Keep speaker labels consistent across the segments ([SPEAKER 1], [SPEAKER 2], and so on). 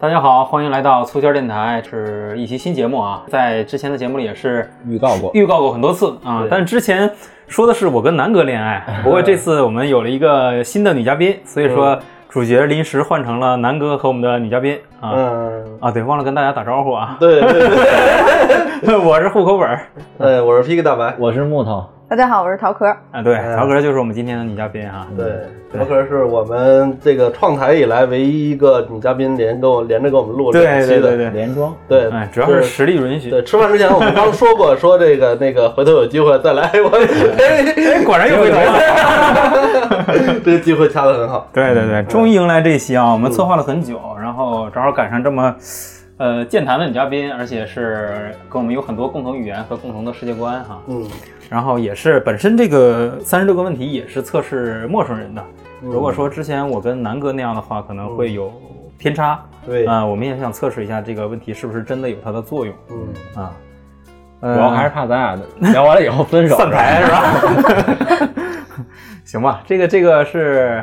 [SPEAKER 1] 大家好，欢迎来到粗圈电台，是一期新节目啊。在之前的节目里也是
[SPEAKER 2] 预告过，
[SPEAKER 1] 预告过很多次啊，但是之前说的是我跟南哥恋爱，不过这次我们有了一个新的女嘉宾，所以说主角临时换成了南哥和我们的女嘉宾啊。
[SPEAKER 3] 嗯，
[SPEAKER 1] 啊，对，忘了跟大家打招呼啊！
[SPEAKER 3] 对对 对，
[SPEAKER 1] 我是户口本儿
[SPEAKER 3] 哎，我是 Pig 大白，
[SPEAKER 2] 我是木头，
[SPEAKER 4] 大家好，我是陶壳。
[SPEAKER 1] 啊，对，
[SPEAKER 3] 嗯
[SPEAKER 1] 曹哥就是我们今天的女嘉宾啊。
[SPEAKER 3] 对，我可是我们这个创台以来唯一一个女嘉宾连跟我连着跟我们录了
[SPEAKER 1] 对
[SPEAKER 3] 两期
[SPEAKER 1] 对对
[SPEAKER 3] 的，
[SPEAKER 1] 对，
[SPEAKER 2] 连庄，
[SPEAKER 3] 对，
[SPEAKER 1] 哎，主要是实力允许。
[SPEAKER 3] 对，吃饭之前我们刚说过，说这个那个回头有机会再来，我
[SPEAKER 1] 哎，果然又回头了。
[SPEAKER 3] 这个机会掐得很好。
[SPEAKER 1] 对对对，终于迎来这期啊！我们策划了很久，然后正好赶上这么，呃，健谈的女嘉宾，而且是跟我们有很多共同语言和共同的世界观哈。
[SPEAKER 3] 嗯，
[SPEAKER 1] 然后也是本身这个三十六个问题也是测试陌生人的。如果说之前我跟南哥那样的话，可能会有偏差啊、
[SPEAKER 3] 对，
[SPEAKER 1] 我们也想测试一下这个问题是不是真的有它的作用
[SPEAKER 3] 嗯，
[SPEAKER 1] 啊。
[SPEAKER 2] 主要还是怕咱俩 聊完了以后分手。
[SPEAKER 1] 散台是吧？行吧，这个这个是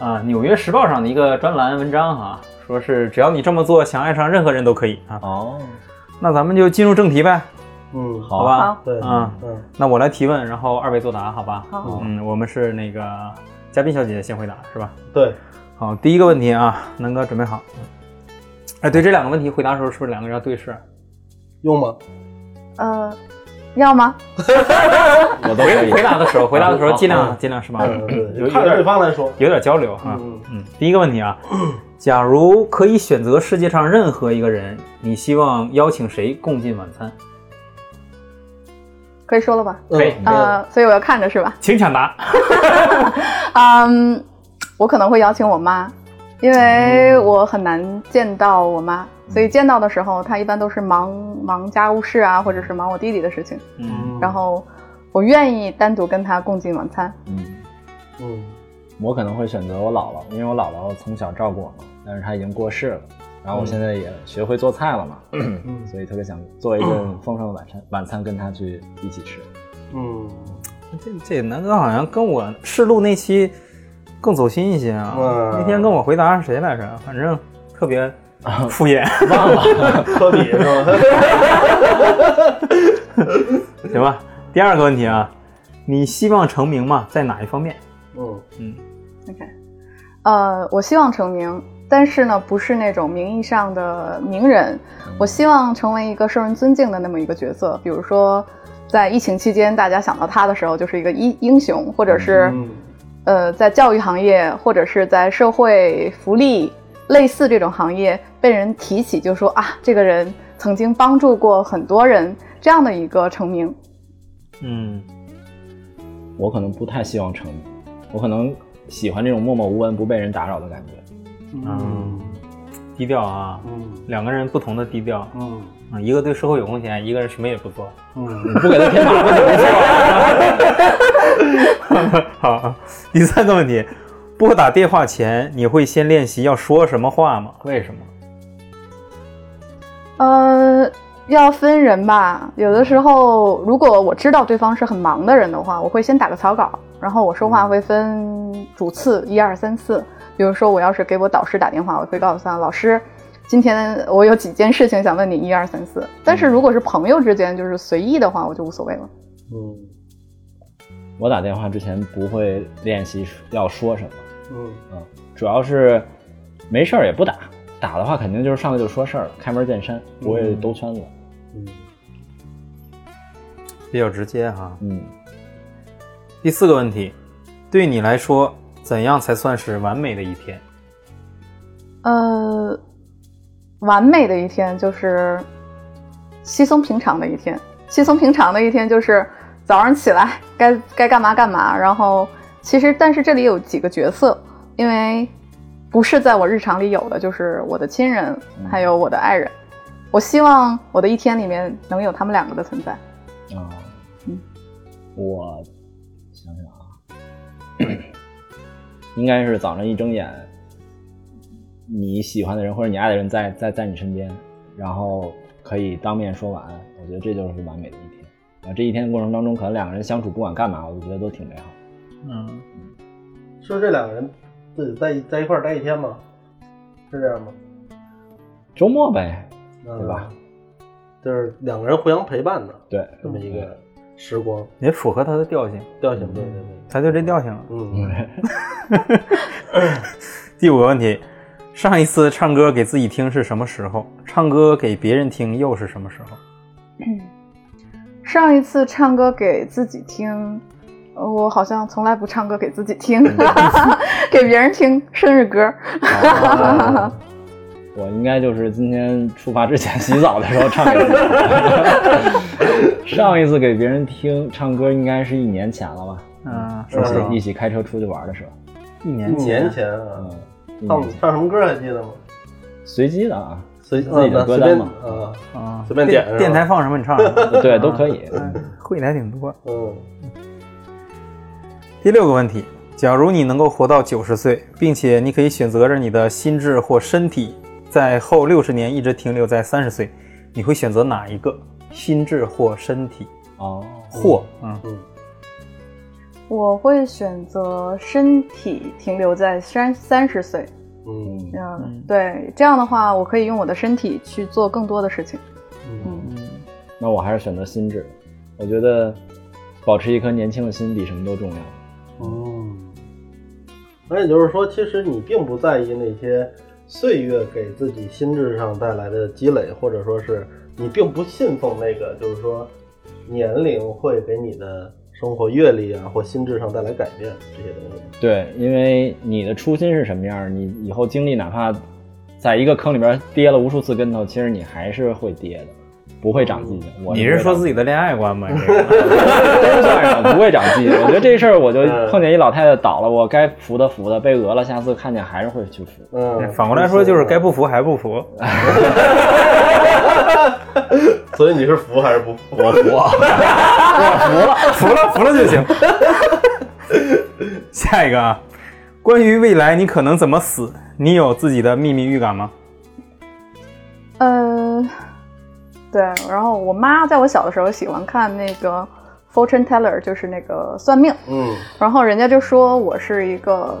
[SPEAKER 1] 啊，《纽约时报》上的一个专栏文章哈，说是只要你这么做，想爱上任何人都可以啊。
[SPEAKER 2] 哦，
[SPEAKER 1] 那咱们就进入正题呗，
[SPEAKER 3] 嗯，，
[SPEAKER 2] 好
[SPEAKER 1] 吧？
[SPEAKER 4] 好
[SPEAKER 3] 对，
[SPEAKER 1] 啊，
[SPEAKER 3] 嗯，
[SPEAKER 1] 那我来提问，然后二位作答，好吧？
[SPEAKER 4] 好
[SPEAKER 1] 嗯，我们是那个嘉宾小姐姐先回答是吧？
[SPEAKER 3] 对，
[SPEAKER 1] 好，第一个问题啊，南哥准备好。哎，对，这两个问题回答的时候是不是两个人要对视？
[SPEAKER 3] 用吗？
[SPEAKER 4] 呃，要吗？
[SPEAKER 2] 我都可以。
[SPEAKER 1] 回答的时候，回答的时候尽量
[SPEAKER 3] 好
[SPEAKER 1] 尽量是吧？
[SPEAKER 3] 嗯，
[SPEAKER 1] 有
[SPEAKER 3] 对，
[SPEAKER 1] 啊有
[SPEAKER 3] 看着对
[SPEAKER 1] 点
[SPEAKER 3] 方来说，
[SPEAKER 1] 有点交流啊。
[SPEAKER 3] 嗯，
[SPEAKER 1] 嗯，第一个问题 啊，假如可以选择世界上任何一个人，你希望邀请谁共进晚餐？
[SPEAKER 4] 可以说了吧？
[SPEAKER 1] 可以
[SPEAKER 3] 嗯
[SPEAKER 4] 呃，所以我要看着是吧？
[SPEAKER 1] 请抢答。
[SPEAKER 4] 嗯，我可能会邀请我妈，因为我很难见到我妈，所以见到的时候，她一般都是忙忙家务事啊，或者是忙我弟弟的事情。
[SPEAKER 1] 嗯，
[SPEAKER 3] 嗯
[SPEAKER 4] 然，后我愿意单独跟她共进晚餐。
[SPEAKER 2] 嗯，
[SPEAKER 3] 嗯
[SPEAKER 2] 我可能会选择我姥姥，因为我姥姥从小照顾我嘛，但是她已经过世了，然后我现在也学会做菜了嘛，
[SPEAKER 3] 嗯
[SPEAKER 2] 所以特别想做一顿丰盛的晚
[SPEAKER 1] 嗯
[SPEAKER 2] 餐，晚餐跟她去一起吃。
[SPEAKER 3] 嗯
[SPEAKER 1] 这这南哥好像跟我试录那期更走心一些啊。
[SPEAKER 3] 嗯
[SPEAKER 1] 那天跟我回答是谁来着？反正特别敷 衍，
[SPEAKER 3] 嗯，科比是吧？
[SPEAKER 1] 行吧？第二个问题啊，你希望成名吗？在哪一方面？
[SPEAKER 3] 嗯
[SPEAKER 1] 嗯，
[SPEAKER 4] OK，呃，我希望成名，但是呢，不是那种名义上的名人，我希望成为一个受人尊敬的那么一个角色。比如说，在疫情期间，大家想到他的时候，就是一个英英雄，或者是
[SPEAKER 3] 嗯
[SPEAKER 4] 呃，在教育行业或者是在社会福利类似这种行业被人提起，就说啊，这个人曾经帮助过很多人，这样的一个成名。
[SPEAKER 1] 嗯，
[SPEAKER 2] 我可能不太希望成名，我可能喜欢这种默默无闻、不被人打扰的感觉。
[SPEAKER 3] 嗯
[SPEAKER 1] 低调啊，
[SPEAKER 3] 嗯
[SPEAKER 1] 两个人不同的低调
[SPEAKER 3] 嗯
[SPEAKER 1] 啊，一个对社会有贡献，一个人什么也不做。
[SPEAKER 3] 嗯。
[SPEAKER 2] 你不给他添麻烦就没事了。
[SPEAKER 1] 好，第三个问题，拨打电话前你会先练习要说什么话吗？为什么？
[SPEAKER 4] 呃，要分人吧。有的时候，如果我知道对方是很忙的人的话，我会先打个草稿，然后我说话会分主次，一二三四。比如说，我要是给我导师打电话，我会告诉他老师。今天我有几件事情想问你，一二三四。但是如果是朋友之间，就是随意的话，我就无所谓了。
[SPEAKER 3] 嗯
[SPEAKER 2] 我打电话之前不会练习要说什么，
[SPEAKER 3] 嗯
[SPEAKER 2] 嗯，主要是没事儿也不打，打的话肯定就是上来就说事儿了，开门见山，不会兜圈子。
[SPEAKER 3] 嗯
[SPEAKER 1] 比较直接哈、
[SPEAKER 2] 嗯，
[SPEAKER 1] 第四个问题，对你来说，怎样才算是完美的一天？
[SPEAKER 4] 呃，完美的一天就是稀松平常的一天。稀松平常的一天就是早上起来 该该干嘛干嘛，然后其实但是这里有几个角色，因为不是在我日常里有的，就是我的亲人
[SPEAKER 2] 嗯
[SPEAKER 4] 还有我的爱人。我希望我的一天里面能有他们两个的存在。
[SPEAKER 2] 啊、
[SPEAKER 4] 嗯
[SPEAKER 2] 我想想啊， 应该是早上一睁眼，你喜欢的人或者你爱的人在在在你身边，然后可以当面说晚安，我觉得这就是完美的一天。然后这一天的过程当中，可能两个人相处不管干嘛，我就觉得都挺美好。
[SPEAKER 1] 嗯，
[SPEAKER 3] 是这两个人自己在一在一块儿待一天吗？是这样吗？
[SPEAKER 2] 周末呗，
[SPEAKER 3] 对
[SPEAKER 2] 对吧？？
[SPEAKER 3] 就是两个人互相陪伴的
[SPEAKER 2] 对，
[SPEAKER 3] 这么一个时光
[SPEAKER 1] 也符合他的调性，
[SPEAKER 3] 调性，对对对，
[SPEAKER 1] 他就这调性了。
[SPEAKER 3] 嗯，
[SPEAKER 1] 第五个问题，上一次唱歌给自己听是什么时候？唱歌给别人听又是什么时候？
[SPEAKER 4] 上一次唱歌给自己听，呃我好像从来不唱歌给自己听， 给别人听生日歌。
[SPEAKER 2] 啊我应该就是今天出发之前 洗澡的时候唱给自己。上一次给别人听唱歌应该是一年前了吧？
[SPEAKER 1] 嗯，什
[SPEAKER 2] 一
[SPEAKER 1] 么时候
[SPEAKER 2] 起一？起开车出去玩的时候，
[SPEAKER 1] 一
[SPEAKER 3] 一
[SPEAKER 1] 年
[SPEAKER 3] 年
[SPEAKER 1] 前。
[SPEAKER 3] 前啊，
[SPEAKER 2] 嗯，一
[SPEAKER 3] 唱
[SPEAKER 2] 年前
[SPEAKER 3] 唱什么歌还记得吗？
[SPEAKER 2] 随机的啊，
[SPEAKER 3] 随
[SPEAKER 2] 自己的
[SPEAKER 3] 啊
[SPEAKER 2] 歌
[SPEAKER 3] 随
[SPEAKER 2] 单
[SPEAKER 3] 便
[SPEAKER 2] 嘛
[SPEAKER 3] 啊，
[SPEAKER 1] 啊，
[SPEAKER 3] 随便
[SPEAKER 1] 电
[SPEAKER 3] 点是吧
[SPEAKER 1] 电台放什么你唱什么，
[SPEAKER 2] 对，都可以。
[SPEAKER 1] 嗯会的还挺多。
[SPEAKER 3] 嗯，
[SPEAKER 1] 第六个问题，假如你能够活到九十岁，并且你可以选择着你的心智或身体在后六十年一直停留在三十岁，你会选择哪一个？心智或身体？
[SPEAKER 2] 哦，
[SPEAKER 1] 或嗯，
[SPEAKER 4] 我会选择身体停留在三三十岁，
[SPEAKER 3] 嗯
[SPEAKER 2] 嗯，
[SPEAKER 4] 嗯
[SPEAKER 1] 嗯，
[SPEAKER 4] 对，这样的话我可以用我的身体去做更多的事情。
[SPEAKER 3] 嗯
[SPEAKER 4] 嗯，
[SPEAKER 2] 那我还是选择心智。我觉得保持一颗年轻的心比什么都重要。
[SPEAKER 3] 嗯，那也就是说，其实你并不在意那些岁月给自己心智上带来的积累，或者说是你并不信奉那个，就是说年龄会给你的生活阅历啊或心智上带来改变这些东西。
[SPEAKER 2] 对，因为你的初心是什么样儿，你以后经历哪怕在一个坑里边跌了无数次跟头，其实你还是会跌的，不会长记性。我
[SPEAKER 1] 你是说自
[SPEAKER 2] 己
[SPEAKER 1] 己的恋爱观 吗？这个
[SPEAKER 2] 真算上啊不会长记性？我觉得这事儿我就碰见一老太太倒了，我该扶她扶她，被讹了，下次看见还是会去扶。
[SPEAKER 1] 对
[SPEAKER 3] 嗯，
[SPEAKER 1] 哎反过来说就是该不服还不服。
[SPEAKER 3] 嗯所以你是服还是不服？
[SPEAKER 2] 我扶，
[SPEAKER 1] 服了，服了就 行。下一个啊，关于未来你可能怎么死，你有自己的秘密预感吗？
[SPEAKER 4] 呃，对，然后我妈在我小的时候喜欢看那个 fortune teller，就是那个算命，
[SPEAKER 3] 嗯
[SPEAKER 4] 然后人家就说我是一个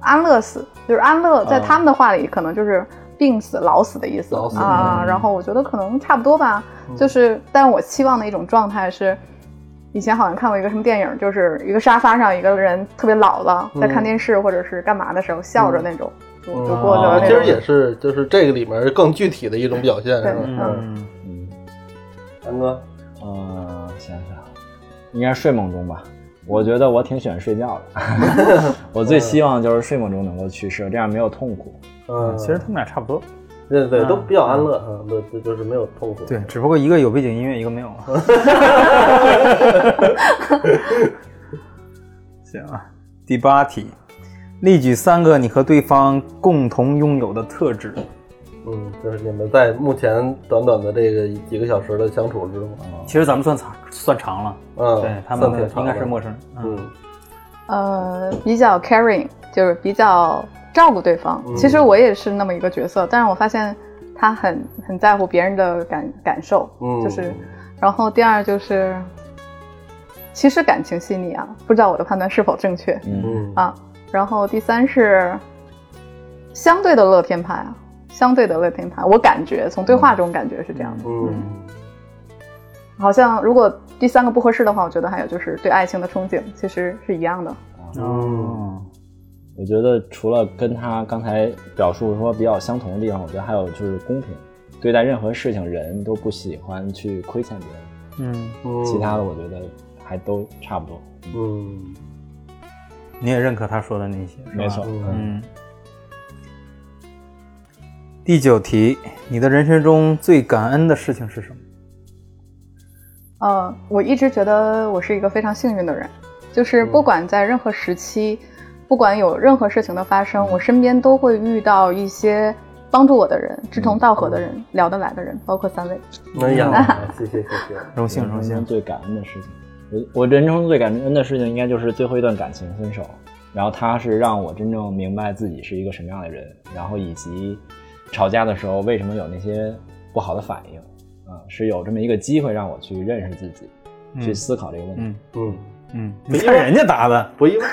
[SPEAKER 4] 安乐死，就是安乐，在他们的话里可能就是病死、老死的意思
[SPEAKER 3] 老死
[SPEAKER 4] 啊。然后我觉得可能差不多吧，就是但我期望的一种状态是。以前好像看过一个什么电影，就是一个沙发上一个人特别老了，在
[SPEAKER 3] 嗯
[SPEAKER 4] 看电视或者是干嘛的时候笑着那种，就就过去
[SPEAKER 2] 哦
[SPEAKER 4] 了那
[SPEAKER 3] 其
[SPEAKER 4] 种。
[SPEAKER 3] 实也是，就是这个里面更具体的一种表现，是吧？
[SPEAKER 4] 嗯，
[SPEAKER 2] 嗯，
[SPEAKER 3] 安哥，
[SPEAKER 2] 呃，想想，应该是睡梦中吧。我觉得我挺喜欢睡觉的，我最希望就是睡梦中能够去世，这样没有痛苦。
[SPEAKER 3] 嗯，
[SPEAKER 1] 其实他们俩差不多，
[SPEAKER 3] 对对，
[SPEAKER 1] 嗯
[SPEAKER 3] 都比较安乐啊，对对，就是没有痛苦。
[SPEAKER 1] 对，只不过一个有背景音乐，一个没有。行啊，第八题，列举三个你和对方共同拥有的特质。
[SPEAKER 3] 嗯，就是你们在目前短短的这个几个小时的相处之中，
[SPEAKER 1] 其实咱们算长，算长了，
[SPEAKER 3] 嗯，
[SPEAKER 1] 对他
[SPEAKER 3] 算
[SPEAKER 1] 们
[SPEAKER 3] 挺
[SPEAKER 1] 应该是
[SPEAKER 3] 长的
[SPEAKER 1] 陌生人。嗯，
[SPEAKER 3] 嗯
[SPEAKER 4] 呃，比较 caring，就是比较照顾对方。
[SPEAKER 3] 嗯
[SPEAKER 4] 其实我也是那么一个角色，但是我发现他很很在乎别人的感感受，
[SPEAKER 3] 嗯，
[SPEAKER 4] 就是，然后第二就是，其实感情细腻啊，不知道我的判断是否正确
[SPEAKER 2] 嗯，
[SPEAKER 3] 嗯
[SPEAKER 4] 啊。然后第三是相对的乐天派啊，相对的乐天派，我感觉从对话中感觉是这样的。
[SPEAKER 3] 嗯
[SPEAKER 4] 好像如果第三个不合适的话，我觉得还有就是对爱情的憧憬，其实是一样的。
[SPEAKER 3] 嗯
[SPEAKER 1] 哦，
[SPEAKER 2] 我觉得除了跟他刚才表述说比较相同的地方，我觉得还有就是公平，对待任何事情人都不喜欢去亏欠别人，
[SPEAKER 1] 嗯，
[SPEAKER 3] 嗯，
[SPEAKER 2] 其他的我觉得还都差不多。
[SPEAKER 3] 嗯
[SPEAKER 1] 你也认可他说的那些，是吧
[SPEAKER 2] 没错，嗯，
[SPEAKER 1] 嗯。第九题，你的人生中最感恩的事情是什么？
[SPEAKER 4] 呃，我一直觉得我是一个非常幸运的人，
[SPEAKER 1] 嗯
[SPEAKER 4] 就是不管在任何时期，不管有任何事情的发
[SPEAKER 1] 嗯
[SPEAKER 4] 生，我身边都会遇到一些帮助我的
[SPEAKER 1] 嗯
[SPEAKER 4] 人、志同道合的人、聊得来的人，包括三位。
[SPEAKER 3] 哎
[SPEAKER 4] 嗯
[SPEAKER 3] 呀，谢谢谢谢，
[SPEAKER 1] 荣幸，荣
[SPEAKER 2] 人生
[SPEAKER 1] 幸。
[SPEAKER 2] 最感恩的事情，我我人生最感恩的事情应该就是最后一段感情分手，然后他是让我真正明白自己是一个什么样的人，然后以及吵架的时候为什么有那些不好的反应，啊、是有这么一个机会让我去认识自己，去
[SPEAKER 1] 嗯
[SPEAKER 2] 思考这个问题。
[SPEAKER 1] 嗯
[SPEAKER 3] 嗯，
[SPEAKER 1] 嗯，你看人家答的，
[SPEAKER 3] 不意 外，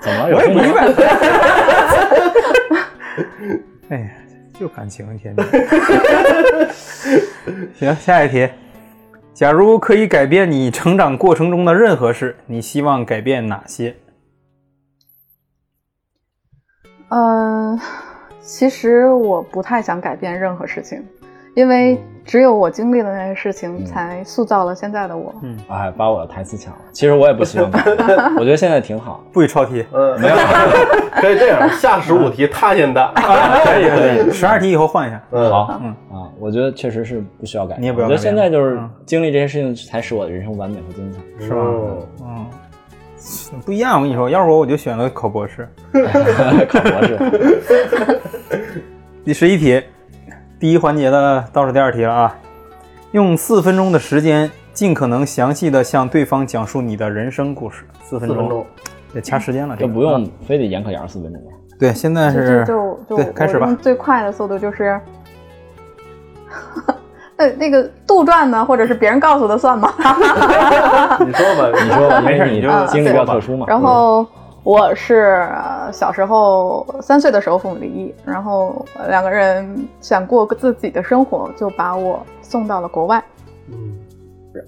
[SPEAKER 2] 怎么了？有不明白？
[SPEAKER 1] 哎呀，就感情甜蜜。行，下一题。假如可以改变你成长过程中的任何事，你希望改变哪些？
[SPEAKER 4] 嗯，其实我不太想改变任何事情，因为
[SPEAKER 1] 嗯
[SPEAKER 4] 只有我经历了那些事情，
[SPEAKER 2] 嗯
[SPEAKER 4] 才塑造了现在的我。
[SPEAKER 1] 嗯，
[SPEAKER 2] 哎，把我的台词抢了。其实我也不喜欢改，我觉得现在挺好。
[SPEAKER 1] 不许超题。
[SPEAKER 3] 嗯， 没有，可以这样，下十五题他先答。
[SPEAKER 1] 可以可以，十二题以后换一下。
[SPEAKER 3] 嗯，
[SPEAKER 2] 好，
[SPEAKER 1] 嗯
[SPEAKER 2] 啊，我觉得确实是不需要改。
[SPEAKER 1] 你也不要
[SPEAKER 2] 我觉得
[SPEAKER 1] 改变
[SPEAKER 2] 现在就是
[SPEAKER 1] 嗯
[SPEAKER 2] 经历这些事情，才使我的人生完美和精彩。
[SPEAKER 1] 是吧嗯，不一样。我跟你说，要是我我就选了考博士。
[SPEAKER 2] 考博士，
[SPEAKER 1] 第十一题，第一环节的倒数第二题了啊！用四分钟的时间，尽可能详细的向对方讲述你的人生故事。四
[SPEAKER 3] 四
[SPEAKER 1] 分
[SPEAKER 3] 分
[SPEAKER 1] 钟
[SPEAKER 3] 钟，
[SPEAKER 1] 得掐时间了，
[SPEAKER 2] 就
[SPEAKER 1] 这个
[SPEAKER 2] 不。用非得严苛严四分钟吧。
[SPEAKER 1] 对，现在
[SPEAKER 4] 就是就就
[SPEAKER 1] 对
[SPEAKER 4] 我
[SPEAKER 1] 开始吧
[SPEAKER 4] 用最快的速度就是， 那那个杜撰呢，或者是别人告诉的算吗？
[SPEAKER 3] 你说吧，
[SPEAKER 2] 你说吧，因
[SPEAKER 1] 没事
[SPEAKER 2] 为你
[SPEAKER 1] 你就
[SPEAKER 2] 经历
[SPEAKER 4] 说
[SPEAKER 2] 比较
[SPEAKER 1] 吧
[SPEAKER 2] 特殊嘛。
[SPEAKER 4] 然后我是呃小时候三岁的时候父母离异，然后呃两个人想过自己的生活，就把我送到了国外。
[SPEAKER 3] 嗯，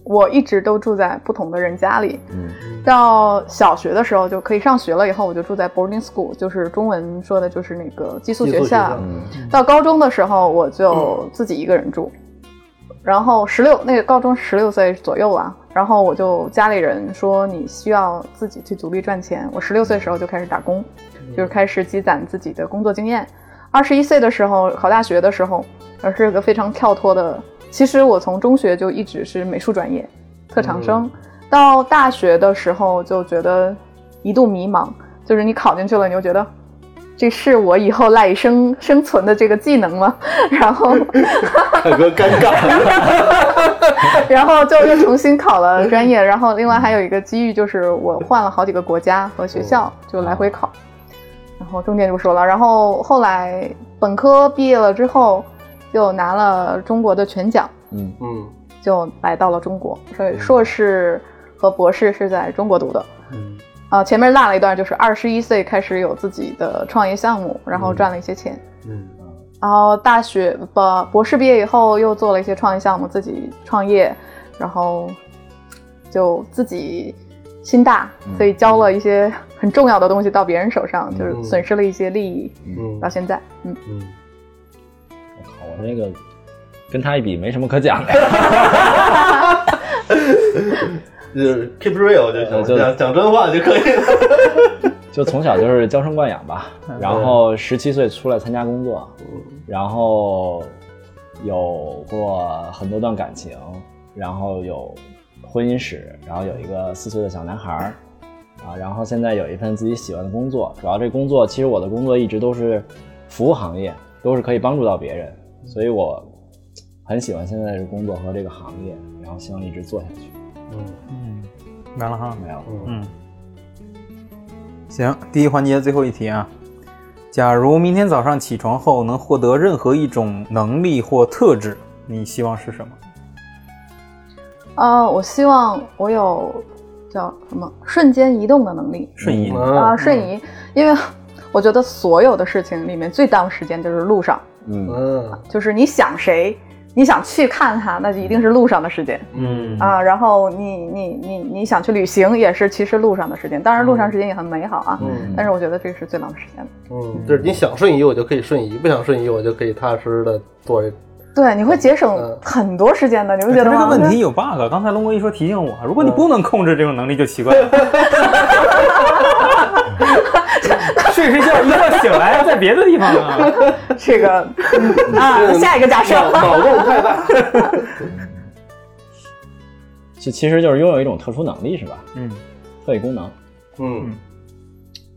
[SPEAKER 4] 我一直都住在不同的人家里，
[SPEAKER 2] 嗯，
[SPEAKER 4] 到小学的时候就可以上学了，以后我就住在 boarding school，就是中文说的就是那个寄宿
[SPEAKER 3] 寄
[SPEAKER 4] 学
[SPEAKER 3] 宿学
[SPEAKER 4] 校
[SPEAKER 3] 校。
[SPEAKER 2] 嗯
[SPEAKER 4] 到高中的时候，我就自己一个人住，然后十六那个高中十六岁左右啊，然后我就家里人说你需要自己去独立赚钱。我十六岁的时候就开始打工，
[SPEAKER 3] 嗯
[SPEAKER 4] 就是开始积攒自己的工作经验。二十一岁的时候考大学的时候，而是个非常跳脱的。其实我从中学就一直是美术专业，特长生。到大学的时候就觉得一度迷茫，就是你考进去了，你就觉得这是我以后赖以生生存的这个技能吗？ 然后，
[SPEAKER 3] 大哥尴 尬。
[SPEAKER 4] 然后就又重新考了专业，然后另外还有一个机遇就是我换了好几个国家和学校，就来回考。然后重点就不说了，然后后来本科毕业了之后，就拿了中国的全奖，
[SPEAKER 2] 嗯，
[SPEAKER 3] 嗯
[SPEAKER 4] 就来到了中国，所以硕士和博士是在中国读的。
[SPEAKER 3] 嗯
[SPEAKER 4] 啊，前面落了一段，就是二十一岁开始有自己的创业项目，然后赚了一些钱，
[SPEAKER 3] 嗯
[SPEAKER 4] 然后大学博博士毕业以后又做了一些创业项目，自己创业，然后就自己心大，所以交了一些很重要的东西到别人手上，就是损失了一些利益，
[SPEAKER 3] 嗯
[SPEAKER 4] 到现在，嗯，
[SPEAKER 3] 嗯，
[SPEAKER 2] 我靠，我这个跟他一比，没什么可讲的。
[SPEAKER 3] 就是 keep real
[SPEAKER 2] 呃
[SPEAKER 3] 就行，
[SPEAKER 2] 就
[SPEAKER 3] 讲讲真话就可以了。
[SPEAKER 2] 就从小就是娇生惯养吧，然后十七岁出来参加工作，然后有过很多段感情，然后有婚姻史，然后有一个四岁的小男孩儿，啊，然后现在有一份自己喜欢的工作，主要这工作其实我的工作一直都是服务行业，都是可以帮助到别人，所以我很喜欢现在的工作和这个行业，然后希望一直做下去。
[SPEAKER 3] 嗯
[SPEAKER 1] 嗯，完了哈。
[SPEAKER 2] 没有，
[SPEAKER 3] 嗯
[SPEAKER 1] 嗯，行，第一环节最后一题啊。假如明天早上起床后能获得任何一种能力或特质，你希望是什么？
[SPEAKER 4] 呃，我希望我有叫什么瞬间移动的能力，
[SPEAKER 1] 瞬移。
[SPEAKER 4] 啊，
[SPEAKER 3] 嗯
[SPEAKER 4] 瞬移，因为我觉得所有的事情里面最耽误时间就是路上，
[SPEAKER 2] 嗯
[SPEAKER 3] 嗯
[SPEAKER 4] 就是你想谁，你想去看他，那就一定是路上的时间
[SPEAKER 3] 嗯
[SPEAKER 4] 啊。然后你你你你想去旅行，也是其实路上的时间，当然路上时间也很美好啊，
[SPEAKER 3] 嗯
[SPEAKER 4] 但是我觉得这是最浪费时间的。
[SPEAKER 3] 嗯，就是你想瞬移我就可以瞬移，不想瞬移我就可以踏实的做这。
[SPEAKER 4] 对，你会节省
[SPEAKER 3] 嗯
[SPEAKER 4] 很多时间的，你不
[SPEAKER 1] 呃哎
[SPEAKER 4] 觉
[SPEAKER 1] 他
[SPEAKER 4] 得
[SPEAKER 1] 这个
[SPEAKER 4] 吗？
[SPEAKER 1] 问题有 bug，刚才龙哥一说提醒我，如果你
[SPEAKER 3] 嗯
[SPEAKER 1] 不能控制这种能力就奇怪了。睡睡觉，一觉醒来在别的地方 啊。
[SPEAKER 4] 这个嗯啊，下一个假设，
[SPEAKER 3] 脑脑洞太大。
[SPEAKER 2] 其其实就是拥有一种特殊能力是吧？
[SPEAKER 1] 嗯，
[SPEAKER 2] 特异功能。
[SPEAKER 3] 嗯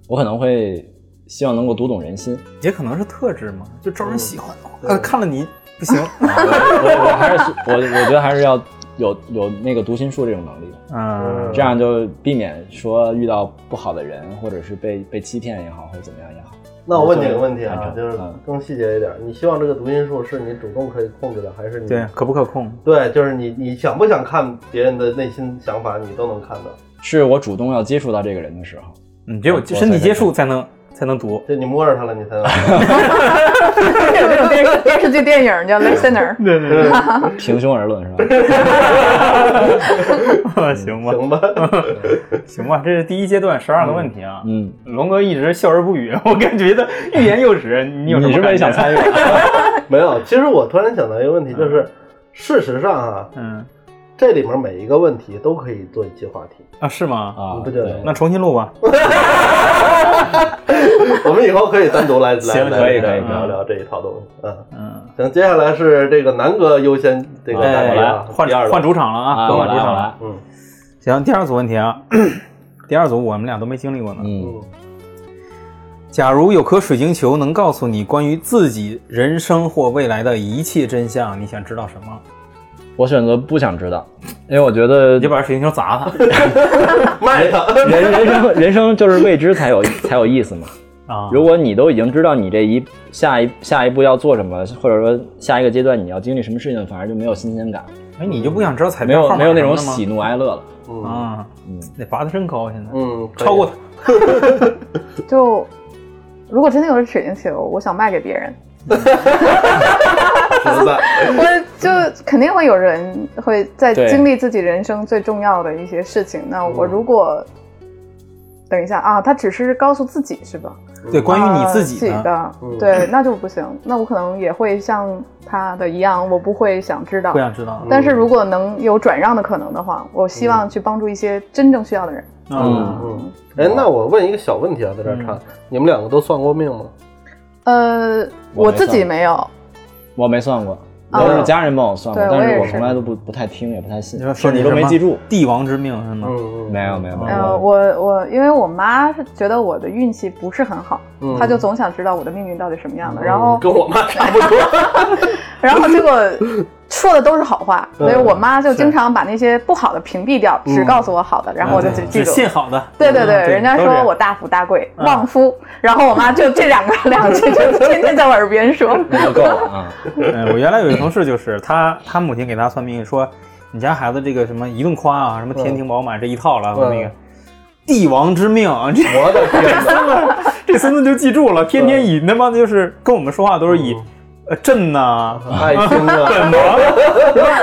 [SPEAKER 2] 我可能会希望能够读懂人心，
[SPEAKER 1] 也可能是特质嘛，就招人喜欢。
[SPEAKER 3] 嗯
[SPEAKER 1] 呃看了你不行。
[SPEAKER 2] 我我还是我我觉得还是要有有那个读心术这种能力，
[SPEAKER 1] 嗯，
[SPEAKER 2] 这样就避免说遇到不好的人，或者是被被欺骗也好，或者怎么样也好。
[SPEAKER 3] 那我问你个问题啊，
[SPEAKER 2] 嗯
[SPEAKER 3] 就是更细节一点，你希望这个读心术是你主动可以控制的，还是你
[SPEAKER 1] 对，可不可控？
[SPEAKER 3] 对，就是你你想不想看别人的内心想法，你都能看到。
[SPEAKER 1] 嗯
[SPEAKER 2] 是我主动要接触到这个人的时候，
[SPEAKER 1] 你只有身体接触才能才能读。
[SPEAKER 3] 就你摸着它了，你才能。
[SPEAKER 4] 有这种电视电视剧、电影叫《Listener》，
[SPEAKER 1] 对对对，
[SPEAKER 2] 平胸而论是 吧？
[SPEAKER 1] 行吧，
[SPEAKER 3] 行吧，
[SPEAKER 1] 行吧，这是第一阶段十二个问题啊。
[SPEAKER 2] 嗯，
[SPEAKER 1] 龙哥一直笑而不语， 我感觉他欲言又止。你有什么
[SPEAKER 2] 你是不是也
[SPEAKER 1] 感觉
[SPEAKER 2] 想？参与？
[SPEAKER 3] 没有。其实我突然想到一个问题，就是事实上啊，
[SPEAKER 1] 嗯
[SPEAKER 3] 这里面每一个问题都可以做一期话题。
[SPEAKER 1] 啊，是吗？
[SPEAKER 2] 啊，
[SPEAKER 3] 你不觉得
[SPEAKER 2] 对
[SPEAKER 1] 那重新录吧。
[SPEAKER 3] 我们以后可以单 独来来
[SPEAKER 1] 行
[SPEAKER 3] 来
[SPEAKER 2] 可以可以
[SPEAKER 3] 聊聊这一套东西。嗯，
[SPEAKER 1] 嗯，
[SPEAKER 3] 行，接下来是这个南哥优先这个
[SPEAKER 2] 哎
[SPEAKER 3] 大家啊
[SPEAKER 1] 换
[SPEAKER 3] 第二轮
[SPEAKER 1] 换主场了啊，
[SPEAKER 2] 啊，
[SPEAKER 1] 都
[SPEAKER 2] 我
[SPEAKER 1] 换主
[SPEAKER 2] 来我
[SPEAKER 1] 场了。
[SPEAKER 2] 来，
[SPEAKER 3] 嗯
[SPEAKER 1] 行，第二组问题啊， 第二组我们俩都没经历过呢。
[SPEAKER 2] 嗯
[SPEAKER 3] 嗯，
[SPEAKER 1] 假如有颗水晶球能告诉你关于自己人生或未来的一切真相，你想知道什么？
[SPEAKER 2] 我选择不想知道，因为我觉得
[SPEAKER 1] 你就把水晶球砸它
[SPEAKER 3] 卖他。
[SPEAKER 2] 人人生人生就是未知才有才有意思嘛。
[SPEAKER 1] 啊！
[SPEAKER 2] 如果你都已经知道你这一下一下一步要做什么，或者说下一个阶段你要经历什么事情，反而就没有新鲜感，
[SPEAKER 1] 哎，你就不想知道彩
[SPEAKER 2] 没
[SPEAKER 1] 票号
[SPEAKER 2] 有
[SPEAKER 1] 码
[SPEAKER 2] 没有那种
[SPEAKER 1] 什么的吗
[SPEAKER 2] 喜怒哀乐了。
[SPEAKER 3] 嗯
[SPEAKER 1] 啊，
[SPEAKER 2] 嗯，
[SPEAKER 1] 得拔得真高，现在
[SPEAKER 3] 嗯，可以
[SPEAKER 1] 超过他。
[SPEAKER 4] 就如果真的有水晶球，我想卖给别人，
[SPEAKER 3] 实在。
[SPEAKER 4] 我就
[SPEAKER 1] 嗯
[SPEAKER 4] 肯定会有人会在
[SPEAKER 2] 对
[SPEAKER 4] 经历自己人生最重要的一些事情。那
[SPEAKER 1] 嗯
[SPEAKER 4] 我如果、等一下啊，他只是告诉自己是吧？
[SPEAKER 1] 对，关于你
[SPEAKER 4] 啊
[SPEAKER 1] 自
[SPEAKER 4] 自
[SPEAKER 1] 己呢？
[SPEAKER 4] 的，
[SPEAKER 3] 嗯
[SPEAKER 4] 对，那就不行。那我可能也会像他的一样，我不会想知道
[SPEAKER 1] 不。想知道。
[SPEAKER 4] 但是如果能有转让的可能的话，我希望去帮助一些真正需要的人。
[SPEAKER 1] 嗯，
[SPEAKER 3] 嗯，哎，那我问一个小问题啊，在这儿
[SPEAKER 2] 嗯
[SPEAKER 3] 看，你们两个都算过命吗？
[SPEAKER 4] 呃，
[SPEAKER 2] 我
[SPEAKER 4] 我
[SPEAKER 2] 没
[SPEAKER 4] 自己
[SPEAKER 2] 算
[SPEAKER 4] 没有，
[SPEAKER 2] 我没算过，
[SPEAKER 4] 啊
[SPEAKER 2] 都是家人帮我算过，
[SPEAKER 4] 对
[SPEAKER 2] 但
[SPEAKER 4] 我也
[SPEAKER 2] 是我
[SPEAKER 4] 是
[SPEAKER 2] 从来都不不太听，也不太信
[SPEAKER 1] 你，说
[SPEAKER 2] 甚
[SPEAKER 1] 你
[SPEAKER 2] 至都
[SPEAKER 1] 什
[SPEAKER 2] 没
[SPEAKER 1] 么
[SPEAKER 2] 记住。
[SPEAKER 1] 帝王之命是吗？
[SPEAKER 3] 嗯嗯，
[SPEAKER 2] 没有没有没
[SPEAKER 4] 呃，
[SPEAKER 2] 有，
[SPEAKER 4] 我我因为我妈是觉得我的运气不是很好，
[SPEAKER 3] 嗯
[SPEAKER 4] 她就总想知道我的命运到底什么样的。
[SPEAKER 3] 嗯
[SPEAKER 4] 然后
[SPEAKER 3] 跟我妈差不多。
[SPEAKER 4] 然后结果说的都是好 话，所以我妈就是经常把那些不好的屏蔽掉，
[SPEAKER 3] 嗯
[SPEAKER 4] 只告诉我好的，然后我就只记
[SPEAKER 1] 只
[SPEAKER 4] 住。
[SPEAKER 1] 嗯信好的。
[SPEAKER 4] 对对
[SPEAKER 1] 嗯
[SPEAKER 4] 对，人家
[SPEAKER 1] 都这
[SPEAKER 4] 说
[SPEAKER 1] 样嗯
[SPEAKER 4] 我大富大贵、旺夫，然后我妈就这两 个两句就天天在我耳边说。
[SPEAKER 2] 那就够了 啊。
[SPEAKER 1] 嗯，我原来有一个同事，就是他，他母亲给他算命说，你家孩子这个什么一顿夸啊，什么天庭饱满这一套了，我那个
[SPEAKER 3] 嗯
[SPEAKER 1] 帝王之命 啊，这
[SPEAKER 3] 我的天 哪！
[SPEAKER 1] 这孙子就记住了，天天以那帮就是跟我们说话都是以
[SPEAKER 3] 嗯
[SPEAKER 1] 呃朕呐、
[SPEAKER 3] 爱听啊，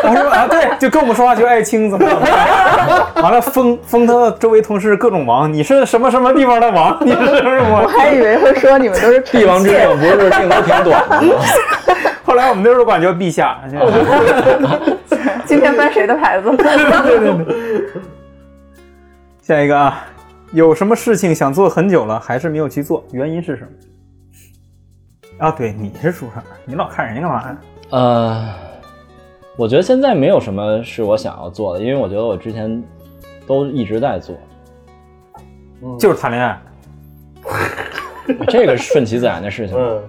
[SPEAKER 1] 我说啊，对，就跟我们说话就爱卿怎么 怎么样，完了封封他的周围同事各种王，你是什么什么地方的王， 你是什么
[SPEAKER 4] 我
[SPEAKER 1] 王？
[SPEAKER 4] 还以为会说你们都是臣
[SPEAKER 2] 帝王之
[SPEAKER 4] 妾
[SPEAKER 2] 命不是命都挺短的吗？
[SPEAKER 1] 后来我们那时候管叫陛 下，
[SPEAKER 4] 今天翻谁的 牌子？
[SPEAKER 1] 下一个啊，有什么事情想做很久了，还是没有去做，原因是什么？啊，对，你是主场，你老看人家干嘛呀？
[SPEAKER 2] 呃，我觉得现在没有什么是我想要做的，因为我觉得我之前都一直在做，
[SPEAKER 1] 就是谈恋爱，
[SPEAKER 2] 这个是顺其自然 的事情，
[SPEAKER 3] 嗯，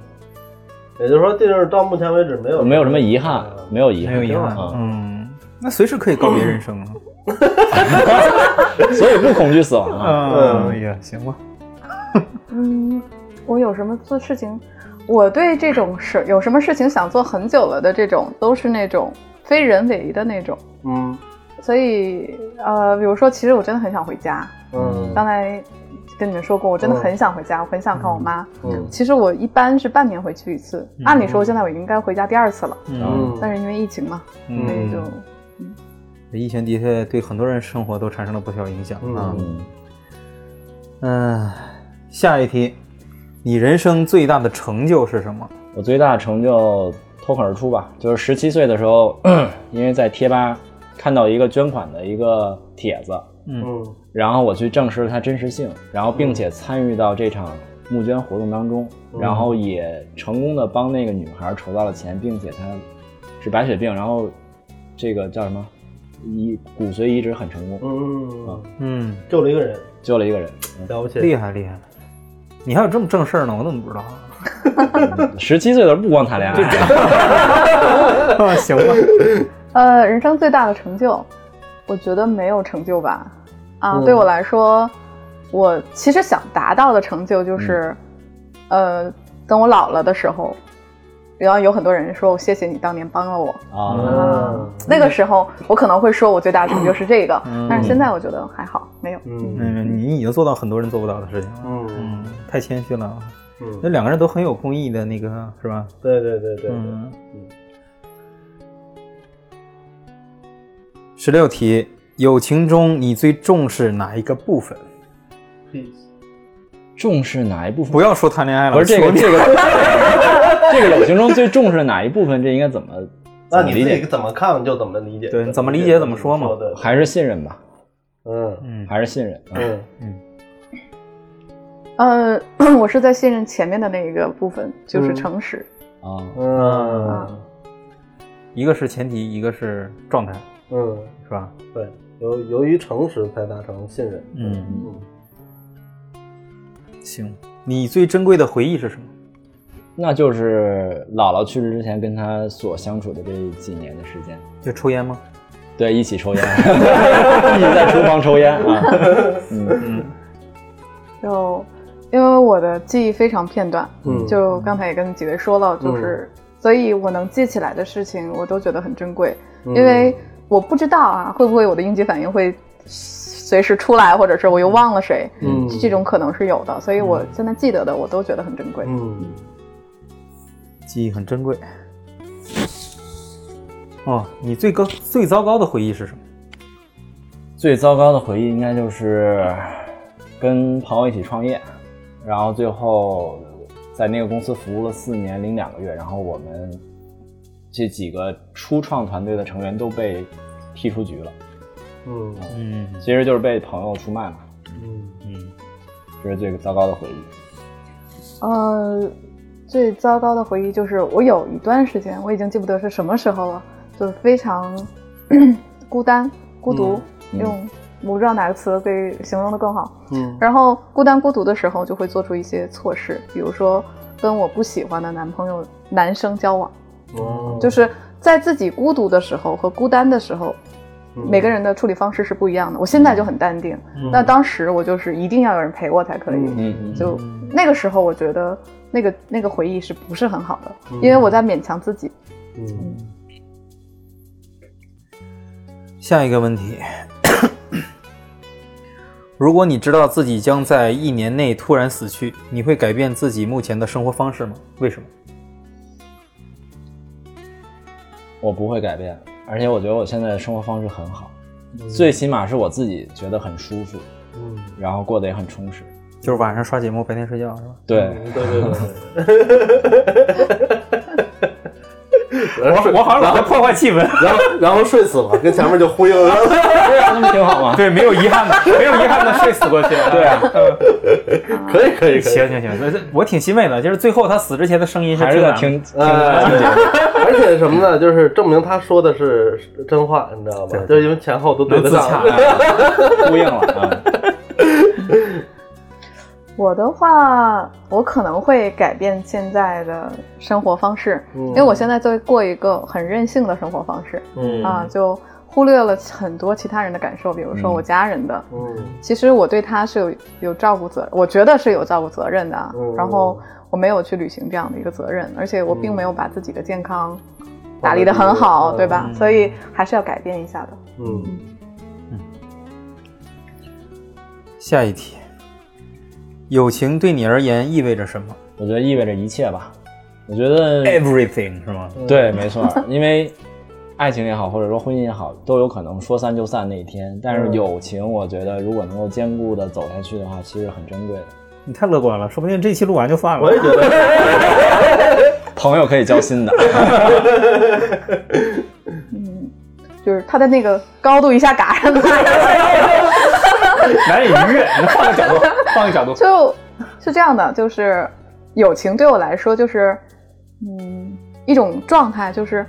[SPEAKER 3] 也就是说，这就是到目前为止没有
[SPEAKER 2] 没有什么遗憾，没有遗
[SPEAKER 1] 嗯没
[SPEAKER 2] 憾，
[SPEAKER 1] 有遗憾。
[SPEAKER 2] 啊，
[SPEAKER 1] 嗯，那随时可以告别人生啊。
[SPEAKER 2] 所以不恐惧死亡啊。
[SPEAKER 1] 嗯，哎呀，行吧。
[SPEAKER 4] 嗯，我有什么做事情？我对这种事有什么事情想做很久了的这种，都是那种非人为的那种。
[SPEAKER 3] 嗯
[SPEAKER 4] 所以呃，比如说，其实我真的很想回家。
[SPEAKER 3] 嗯
[SPEAKER 4] 刚才跟你们说过，我真
[SPEAKER 1] 哦
[SPEAKER 4] 的
[SPEAKER 3] 嗯
[SPEAKER 4] 很想回家，我很想看我妈。
[SPEAKER 3] 嗯
[SPEAKER 4] 其实我一般是半年回去一次，按理说现在我应该回家第二次了，
[SPEAKER 1] 嗯
[SPEAKER 3] 嗯
[SPEAKER 4] 但是因为疫情嘛，所以就
[SPEAKER 1] 嗯，疫情的确对很多人生活都产生了不小影响啊。
[SPEAKER 2] 嗯，
[SPEAKER 1] 嗯，下一题，你人生最大的成就是什么？
[SPEAKER 2] 我最大的成就脱口而出吧，就是十七岁的时候，因为在贴吧看到一个捐款的一个帖子，
[SPEAKER 3] 嗯
[SPEAKER 2] 然后我去证实了它真实性，然后并且参与到这场募捐活动当中，然后也成功的帮那个女孩筹到了钱，并且她是白血病，然后这个叫什么移骨髓移植很成功，
[SPEAKER 3] 嗯，
[SPEAKER 1] 嗯，
[SPEAKER 3] 救了一个人，
[SPEAKER 2] 救了一个人。
[SPEAKER 3] 了不起，
[SPEAKER 1] 厉害厉害。你还有这么正事儿呢，我怎么不知道啊？
[SPEAKER 2] 十七岁的时候不光谈恋爱，
[SPEAKER 1] 啊 行吧，
[SPEAKER 4] 呃，人生最大的成就，我觉得没有成就吧。啊，
[SPEAKER 3] 嗯
[SPEAKER 4] 对我来说，我其
[SPEAKER 1] 嗯
[SPEAKER 4] 实想达到的成就就是，呃，等我老了的时候，然后有很多人说我谢谢你当年帮了我。
[SPEAKER 1] 嗯
[SPEAKER 2] 啊，
[SPEAKER 3] 啊，
[SPEAKER 4] 那个时候我可能会说我最大的成就是这个，
[SPEAKER 1] 嗯
[SPEAKER 4] 但是现在我觉得还好，没有。
[SPEAKER 3] 嗯
[SPEAKER 1] 嗯，你已经做到很多人做不到的事情了。
[SPEAKER 3] 嗯
[SPEAKER 1] 嗯，太谦虚了啊。那
[SPEAKER 3] 嗯，
[SPEAKER 1] 两个人都很有公益的那个，是吧？
[SPEAKER 3] 对对对对对，
[SPEAKER 1] 嗯。十六题，友情中你最重视哪一个部分？
[SPEAKER 2] 重视哪一部分？
[SPEAKER 1] 不要说谈恋爱了，
[SPEAKER 2] 不是这
[SPEAKER 1] 求
[SPEAKER 2] 个
[SPEAKER 1] 你
[SPEAKER 2] 这个 这个友情中最重视的哪一部分？这应该怎么
[SPEAKER 3] 那
[SPEAKER 2] 怎
[SPEAKER 3] 你
[SPEAKER 2] 么理
[SPEAKER 3] 自己
[SPEAKER 2] 解？
[SPEAKER 3] 怎么看就怎么理解，
[SPEAKER 1] 对怎么理解怎么说嘛
[SPEAKER 3] 对，
[SPEAKER 2] 还是信任吧，
[SPEAKER 3] 嗯
[SPEAKER 1] 嗯，
[SPEAKER 2] 还是信任。嗯
[SPEAKER 3] 嗯
[SPEAKER 4] 呃， 我是在信任前面的那一个部分，就是
[SPEAKER 1] 嗯
[SPEAKER 4] 诚实。
[SPEAKER 2] 啊，
[SPEAKER 3] 嗯
[SPEAKER 1] 一个是前提，一个是状态，
[SPEAKER 3] 嗯，
[SPEAKER 1] 是吧？
[SPEAKER 3] 对，由由于诚实才达成信任，
[SPEAKER 1] 嗯，
[SPEAKER 3] 嗯
[SPEAKER 1] 行。你最珍贵的回忆是什么？
[SPEAKER 2] 那就是姥姥去世之前跟她所相处的这几年的时间，
[SPEAKER 1] 就抽烟吗？
[SPEAKER 2] 对，一起抽烟， 一起在厨房抽烟啊。嗯，
[SPEAKER 4] 就因为我的记忆非常片段，
[SPEAKER 3] 嗯
[SPEAKER 4] 就刚才也跟几位说了，就是、所以我能记起来的事情，我都觉得很珍贵，
[SPEAKER 3] 嗯
[SPEAKER 4] 因为我不知道啊，会不会我的应急反应会随时出来，或者是我又忘了谁，
[SPEAKER 3] 嗯
[SPEAKER 4] 这种可能是有的，所以我现在记得的，我都觉得很珍贵。
[SPEAKER 3] 嗯
[SPEAKER 1] 记忆很珍贵。哦，你最高最糟糕的回忆是什么？
[SPEAKER 2] 最糟糕的回忆应该就是跟朋友一起创业，然后最后在那个公司服务了四年零两个月，然后我们这几个初创团队的成员都被踢出局了，
[SPEAKER 3] 嗯
[SPEAKER 1] 嗯
[SPEAKER 2] 其实就是被朋友出卖嘛，
[SPEAKER 3] 嗯
[SPEAKER 1] 嗯，
[SPEAKER 2] 这是最糟糕的回忆。
[SPEAKER 4] 呃，最糟糕的回忆就是我有一段时间，我已经记不得是什么时候了，就是非常
[SPEAKER 3] 嗯
[SPEAKER 4] 孤单、孤独，
[SPEAKER 2] 嗯嗯
[SPEAKER 4] 用我不知道哪个词可以形容的更好。
[SPEAKER 3] 嗯
[SPEAKER 4] 然后孤单孤独的时候，就会做出一些错事，比如说跟我不喜欢的男朋友、男生交往，
[SPEAKER 3] 嗯，
[SPEAKER 4] 就是在自己孤独的时候和孤单的时候。
[SPEAKER 3] 嗯
[SPEAKER 4] 每个人的处理方式是不一样的。我现在就很淡定，那当时我就是一定要有人陪我才可以。
[SPEAKER 3] 嗯
[SPEAKER 2] 嗯嗯，
[SPEAKER 4] 就那个时候，我觉得那个那个回忆是不是很好的？
[SPEAKER 3] 嗯
[SPEAKER 4] 因为我在勉强自己。
[SPEAKER 3] 嗯
[SPEAKER 1] 下一个问题，如果你知道自己将在一年内突然死去，你会改变自己目前的生活方式吗？为什么？
[SPEAKER 2] 我不会改变，而且我觉得我现在的生活方式很好，最起码是我自己觉得很舒服，
[SPEAKER 3] 嗯
[SPEAKER 2] 然后过得也很充实。
[SPEAKER 1] 就是晚上刷节目，白天睡觉，是吧？
[SPEAKER 2] 对，
[SPEAKER 3] 嗯对对 对对。然后
[SPEAKER 1] 我好像老在破坏气氛。
[SPEAKER 3] 然后然后睡死了，跟前面就呼应了，
[SPEAKER 2] 对啊，那不挺好
[SPEAKER 3] 嗯
[SPEAKER 2] 吗？
[SPEAKER 1] 对，没有遗憾的，没有遗憾的睡死过去。 对啊，
[SPEAKER 3] 可以可以可以
[SPEAKER 1] 行，行行，这这我挺欣慰的，就是最后他死之前的声音是
[SPEAKER 2] 还是
[SPEAKER 1] 最
[SPEAKER 2] 在
[SPEAKER 1] 难的
[SPEAKER 2] 听听
[SPEAKER 3] 呃，而且什么呢？就是证明他说的是真话，你知道吧？就是因为前后都对
[SPEAKER 1] 能
[SPEAKER 3] 得
[SPEAKER 1] 自洽
[SPEAKER 3] 上。
[SPEAKER 1] 的。
[SPEAKER 2] 呼应了啊。
[SPEAKER 4] 我的话，我可能会改变现在的生活方式，
[SPEAKER 3] 嗯
[SPEAKER 4] 因为我现在在过一个很任性的生活方式、
[SPEAKER 3] 嗯
[SPEAKER 4] 啊，就忽略了很多其他人的感受，比如说我家人的。
[SPEAKER 3] 嗯
[SPEAKER 4] 其实我对他是有有照顾责，我觉得是有照顾责任的啊。
[SPEAKER 3] 嗯
[SPEAKER 4] 然后我没有去履行这样的一个责任，而且我并没有把自己的健康嗯打理得很好，
[SPEAKER 3] 嗯
[SPEAKER 4] 对吧？所以还是要改变一下的。
[SPEAKER 3] 嗯
[SPEAKER 1] 下一题，友情对你而言意味着什么
[SPEAKER 2] 我觉得意味着一切吧。我觉得
[SPEAKER 3] 哎
[SPEAKER 1] ？Everything 是吗？
[SPEAKER 2] 对，没错，因为爱情也好，或者说婚姻也好，都有可能说散就散那一天。但是
[SPEAKER 3] 嗯
[SPEAKER 2] 友情，我觉得如果能够坚固的走下去的话，其实很珍贵的。
[SPEAKER 1] 你太乐观了，说不定这期录完就散了。
[SPEAKER 3] 我也觉得，
[SPEAKER 2] 朋友可以交心的，
[SPEAKER 4] 就是他的那个高度一下嘎上来 了，
[SPEAKER 1] 难以逾越。你换个角度，换个角度。
[SPEAKER 4] 就是这样的，就是友情对我来说就是，嗯，一种状态，就是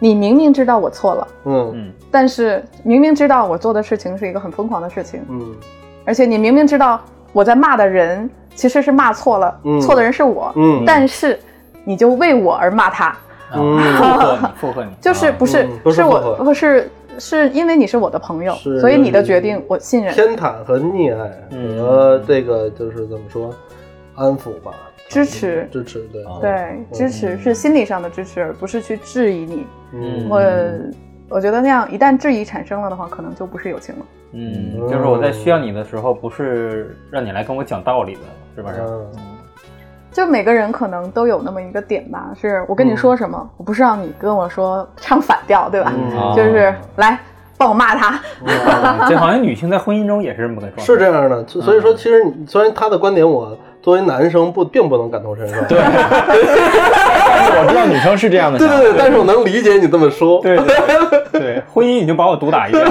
[SPEAKER 4] 你明明知道我错了，
[SPEAKER 3] 嗯
[SPEAKER 4] 但是明明知道我做的事情是一个很疯狂的事情，
[SPEAKER 3] 嗯
[SPEAKER 4] 而且你明明知道我在骂的人其实是骂错了，
[SPEAKER 3] 嗯
[SPEAKER 4] 错的人是我，
[SPEAKER 3] 嗯
[SPEAKER 4] 但是你就为我而骂他，
[SPEAKER 1] 附
[SPEAKER 3] 嗯
[SPEAKER 1] 和你，附和你。 啊
[SPEAKER 4] 就是不是、
[SPEAKER 3] 嗯不是
[SPEAKER 4] 是
[SPEAKER 3] 不
[SPEAKER 4] 我
[SPEAKER 3] 合，
[SPEAKER 4] 不是是因为你是我的朋友，
[SPEAKER 3] 是
[SPEAKER 4] 所以你的决定我信任。
[SPEAKER 3] 嗯偏袒和溺爱和这个就是怎么说安抚吧，嗯
[SPEAKER 4] 支持，
[SPEAKER 3] 支持，对，
[SPEAKER 2] 啊
[SPEAKER 4] 对，支持是心理上的支持，而不是去质疑你。
[SPEAKER 3] 嗯
[SPEAKER 4] 我我觉得那样，一旦质疑产生了的话，可能就不是友情了。
[SPEAKER 1] 嗯，就是我在需要你的时候，不是让你来跟我讲道理的，是吧？
[SPEAKER 3] 嗯
[SPEAKER 4] 就每个人可能都有那么一个点吧，是我跟你说什么，我不是让你跟我说唱反调，对吧？
[SPEAKER 3] 嗯
[SPEAKER 2] 啊
[SPEAKER 4] 就是来帮我骂他，
[SPEAKER 1] 嗯 这好像女性在婚姻中也是这么个状态。
[SPEAKER 3] 是这样的，所所以说，其实你虽然他的观点我作为男生不并不能感同身 受，对
[SPEAKER 2] 我知道女生是这 样的
[SPEAKER 3] 对
[SPEAKER 2] 想法，
[SPEAKER 3] 对对，但是我能理解你这么说，
[SPEAKER 1] 对对对 对，婚姻已经把我毒打一遍。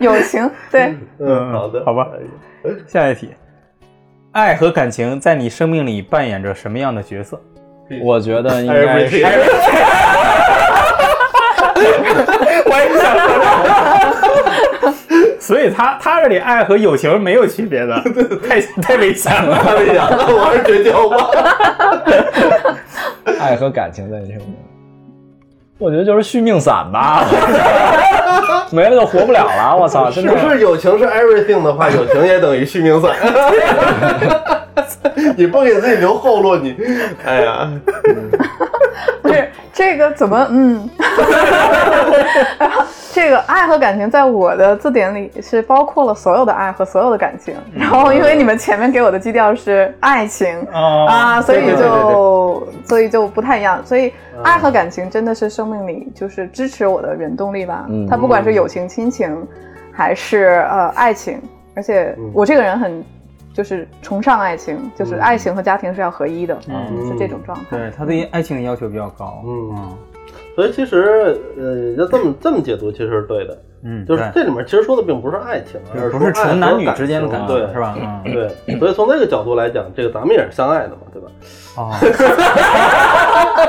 [SPEAKER 4] 友情对，
[SPEAKER 3] 嗯，好的，
[SPEAKER 1] 好吧。 下一题，爱和感情在你生命里扮演着什么样的角色？
[SPEAKER 2] 我觉得应
[SPEAKER 3] 哎
[SPEAKER 2] 该是
[SPEAKER 1] 我也想说。所以他他这里爱和友情没有区别 的，太太危险了。
[SPEAKER 3] 太危险了，我还是绝交吧。
[SPEAKER 2] 爱和感情在你身边。我觉得就是续命散吧， 没了就活不了了。我
[SPEAKER 1] 啊
[SPEAKER 2] 操，真
[SPEAKER 3] 是
[SPEAKER 2] 的
[SPEAKER 3] 不是友情是 everything 的话，友情也等于续 命散。你不给自己留后 路，你，哎呀，
[SPEAKER 4] 不是这个怎么嗯， 然后这个爱和感情在我的字典里是包括了所有的爱和所有的感情，然后因为你们前面给我的基调是爱情。
[SPEAKER 1] 啊
[SPEAKER 4] 啊，所以
[SPEAKER 3] 对对对嗯
[SPEAKER 4] 就所以就不太一样，所以爱和感情真的是生命里就是支持我的原动力吧。
[SPEAKER 2] 嗯
[SPEAKER 4] 它不管是友情、亲情，还是呃爱情，而且
[SPEAKER 3] 嗯
[SPEAKER 4] 我这个人很就是崇尚爱情，就是
[SPEAKER 3] 嗯
[SPEAKER 4] 爱情和家庭是要合一的，
[SPEAKER 1] 嗯
[SPEAKER 4] 是这种状态。
[SPEAKER 1] 对他对爱情的要求比较高。
[SPEAKER 3] 嗯所以其实，呃，要这么这么解读，其实是对的。
[SPEAKER 1] 嗯，
[SPEAKER 3] 就是
[SPEAKER 1] 对
[SPEAKER 3] 这里面其实说的并不是爱情，
[SPEAKER 1] 就
[SPEAKER 3] 而
[SPEAKER 1] 是
[SPEAKER 3] 说
[SPEAKER 1] 不是
[SPEAKER 3] 爱和
[SPEAKER 1] 纯男女之间的
[SPEAKER 3] 感
[SPEAKER 1] 感
[SPEAKER 3] 情
[SPEAKER 1] 情，
[SPEAKER 3] 对，
[SPEAKER 1] 是？吧？嗯，
[SPEAKER 3] 对，所以从这个角度来讲，这个咱们也是相爱的嘛，对吧？
[SPEAKER 1] 哦，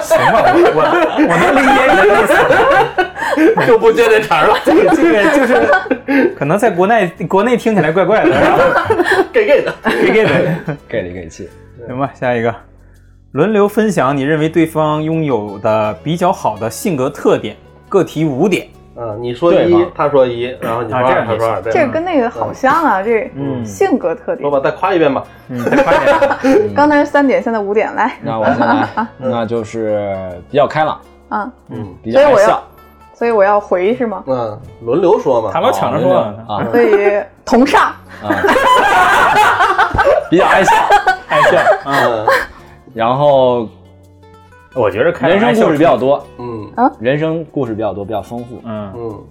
[SPEAKER 1] 行吧，我我我能理解你的意思。
[SPEAKER 3] 就不接这茬了，
[SPEAKER 1] 这个就是，可能在国内国内听起来怪怪的， 然后
[SPEAKER 3] 给给的。
[SPEAKER 1] 给给的。
[SPEAKER 2] 给力给气。
[SPEAKER 1] 行吧，下一个，轮流分享你认为对方拥有的比较好的性格特点，各提五点。
[SPEAKER 3] 啊，你说
[SPEAKER 2] 对
[SPEAKER 3] 一
[SPEAKER 2] 吧，
[SPEAKER 3] 他说一，然后你说
[SPEAKER 1] 啊这
[SPEAKER 3] 二，
[SPEAKER 1] 样
[SPEAKER 3] 他说二，
[SPEAKER 4] 这
[SPEAKER 3] 样
[SPEAKER 4] 个跟那个好像啊，这
[SPEAKER 1] 嗯
[SPEAKER 4] 性格特
[SPEAKER 3] 说
[SPEAKER 4] 点。
[SPEAKER 3] 吧，再夸一遍吧。
[SPEAKER 1] 嗯，再快点。
[SPEAKER 3] 嗯
[SPEAKER 4] 刚才是三点，现在五点来，
[SPEAKER 2] 那我先来，那就是比较开朗，
[SPEAKER 4] 啊，
[SPEAKER 3] 嗯
[SPEAKER 2] 比较爱
[SPEAKER 4] 所以我
[SPEAKER 2] 笑
[SPEAKER 4] 要，所以我要回是吗？
[SPEAKER 3] 嗯，轮流说嘛
[SPEAKER 1] 他。老抢着说
[SPEAKER 2] 啊
[SPEAKER 1] 呢，
[SPEAKER 2] 啊
[SPEAKER 4] 所以同上，
[SPEAKER 2] 啊，比较爱笑。
[SPEAKER 1] 爱笑啊。
[SPEAKER 3] 嗯
[SPEAKER 2] 然后
[SPEAKER 1] 我觉着开
[SPEAKER 2] 人生故事比较多，
[SPEAKER 3] 嗯
[SPEAKER 4] 啊
[SPEAKER 2] 人生故事比较多，比较丰富。
[SPEAKER 1] 嗯，
[SPEAKER 3] 嗯，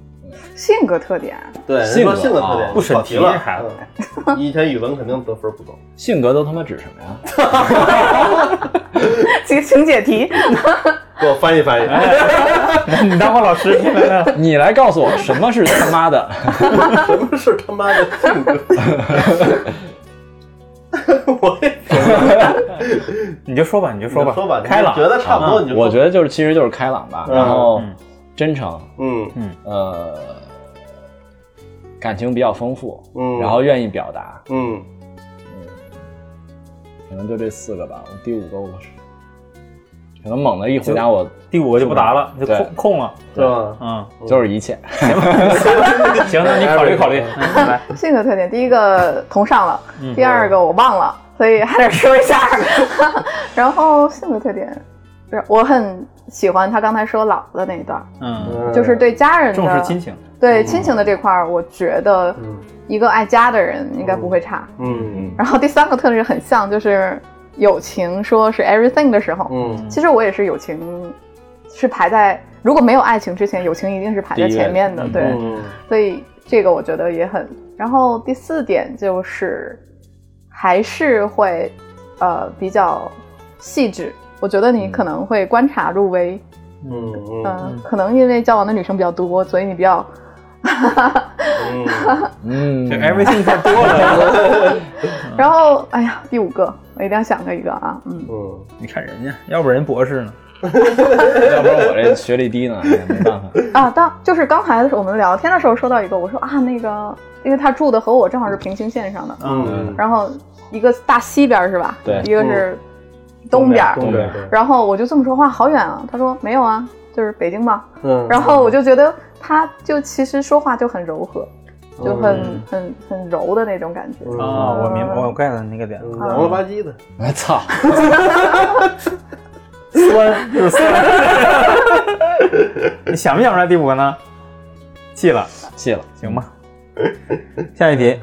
[SPEAKER 4] 性格特点，
[SPEAKER 3] 对，人
[SPEAKER 2] 性格
[SPEAKER 3] 说性格特点
[SPEAKER 2] 啊
[SPEAKER 1] 哦不审
[SPEAKER 3] 跑
[SPEAKER 1] 题
[SPEAKER 3] 题了，
[SPEAKER 1] 孩子
[SPEAKER 3] 嗯你以前语文肯定得分不高。
[SPEAKER 2] 性格都他妈指什么呀？
[SPEAKER 4] 请请解题。
[SPEAKER 3] 给我翻译翻译。
[SPEAKER 1] 哎你当我老师进来了。
[SPEAKER 2] 你来告诉我什么是他妈的？
[SPEAKER 3] 什么是他妈的性格？ 我也
[SPEAKER 1] 你就说吧，你就说吧，
[SPEAKER 3] 说吧，你
[SPEAKER 1] 开朗，啊
[SPEAKER 3] 觉得差不多你就说。
[SPEAKER 2] 我觉得就是其实就是开朗吧，
[SPEAKER 3] 嗯
[SPEAKER 2] 然后
[SPEAKER 1] 嗯
[SPEAKER 2] 真诚，
[SPEAKER 3] 嗯
[SPEAKER 2] 呃，感情比较丰富，
[SPEAKER 3] 嗯
[SPEAKER 2] 然后愿意表达，
[SPEAKER 3] 嗯，
[SPEAKER 2] 可能就这四个吧。我第五个我是，可能猛的一回答我
[SPEAKER 1] 第五个就不答了，就
[SPEAKER 2] 对
[SPEAKER 1] 空空了。
[SPEAKER 3] 是吧？
[SPEAKER 1] 嗯，
[SPEAKER 2] 就是一切，
[SPEAKER 1] 行，那你考虑考虑。嗯来，
[SPEAKER 4] 性格特点，第一个同上了，
[SPEAKER 1] 嗯
[SPEAKER 4] 第二个我忘了，所以还得说一下。 然后性格特点，是我很喜欢他刚才说老的那一段，
[SPEAKER 1] 嗯，
[SPEAKER 3] 嗯
[SPEAKER 4] 就是对家人的
[SPEAKER 1] 重视亲，情。嗯
[SPEAKER 4] 对亲情的这块儿，我觉得
[SPEAKER 3] 嗯
[SPEAKER 4] 一个爱家的人应该不会差。
[SPEAKER 3] 嗯
[SPEAKER 4] 然后第三个特质很像，就是友情说是 everything 的时候，
[SPEAKER 3] 嗯
[SPEAKER 4] 其实我也是友情是排在如果没有爱情之前，友情一定是排
[SPEAKER 2] 第
[SPEAKER 4] 在
[SPEAKER 2] 一位
[SPEAKER 4] 前面的，
[SPEAKER 1] 嗯
[SPEAKER 4] 对，
[SPEAKER 3] 嗯
[SPEAKER 4] 所以这个我觉得也很。然后第四点就是还是会呃比较细致，我觉得你可能会观察入微，
[SPEAKER 3] 嗯
[SPEAKER 4] 嗯、可能因为交往的女生比较多，所以你比较。
[SPEAKER 3] 嗯
[SPEAKER 2] 嗯
[SPEAKER 1] 这 everything 太多了。
[SPEAKER 4] 然后，哎呀，第五个，我一定要想着一个啊，嗯，
[SPEAKER 3] 嗯，
[SPEAKER 1] 你看人家，要不然人博士呢？
[SPEAKER 2] 要不然我这学历低呢，也没办法。
[SPEAKER 4] 啊，当就是刚才我们聊天的时候说到一个，我说啊，那个，因为他住的和我正好是平行线上的，
[SPEAKER 3] 嗯
[SPEAKER 4] 然后一个大西边儿是吧？
[SPEAKER 2] 对
[SPEAKER 4] 一个是东边儿。
[SPEAKER 3] 东边对，
[SPEAKER 4] 然后我就这么说，哇，好远啊！他说没有啊，就是北京嘛。
[SPEAKER 3] 嗯，
[SPEAKER 4] 然后我就觉得他就其实说话就很柔和，就很、很很柔的那种感觉。
[SPEAKER 3] 嗯
[SPEAKER 1] 啊，我明白，我 get 了那个点，
[SPEAKER 3] 嗯洋了吧唧的，
[SPEAKER 2] 我哎操，
[SPEAKER 1] 酸是酸。 你想没想出来第五个呢？记了，
[SPEAKER 2] 谢了。
[SPEAKER 1] 行吧。下一题，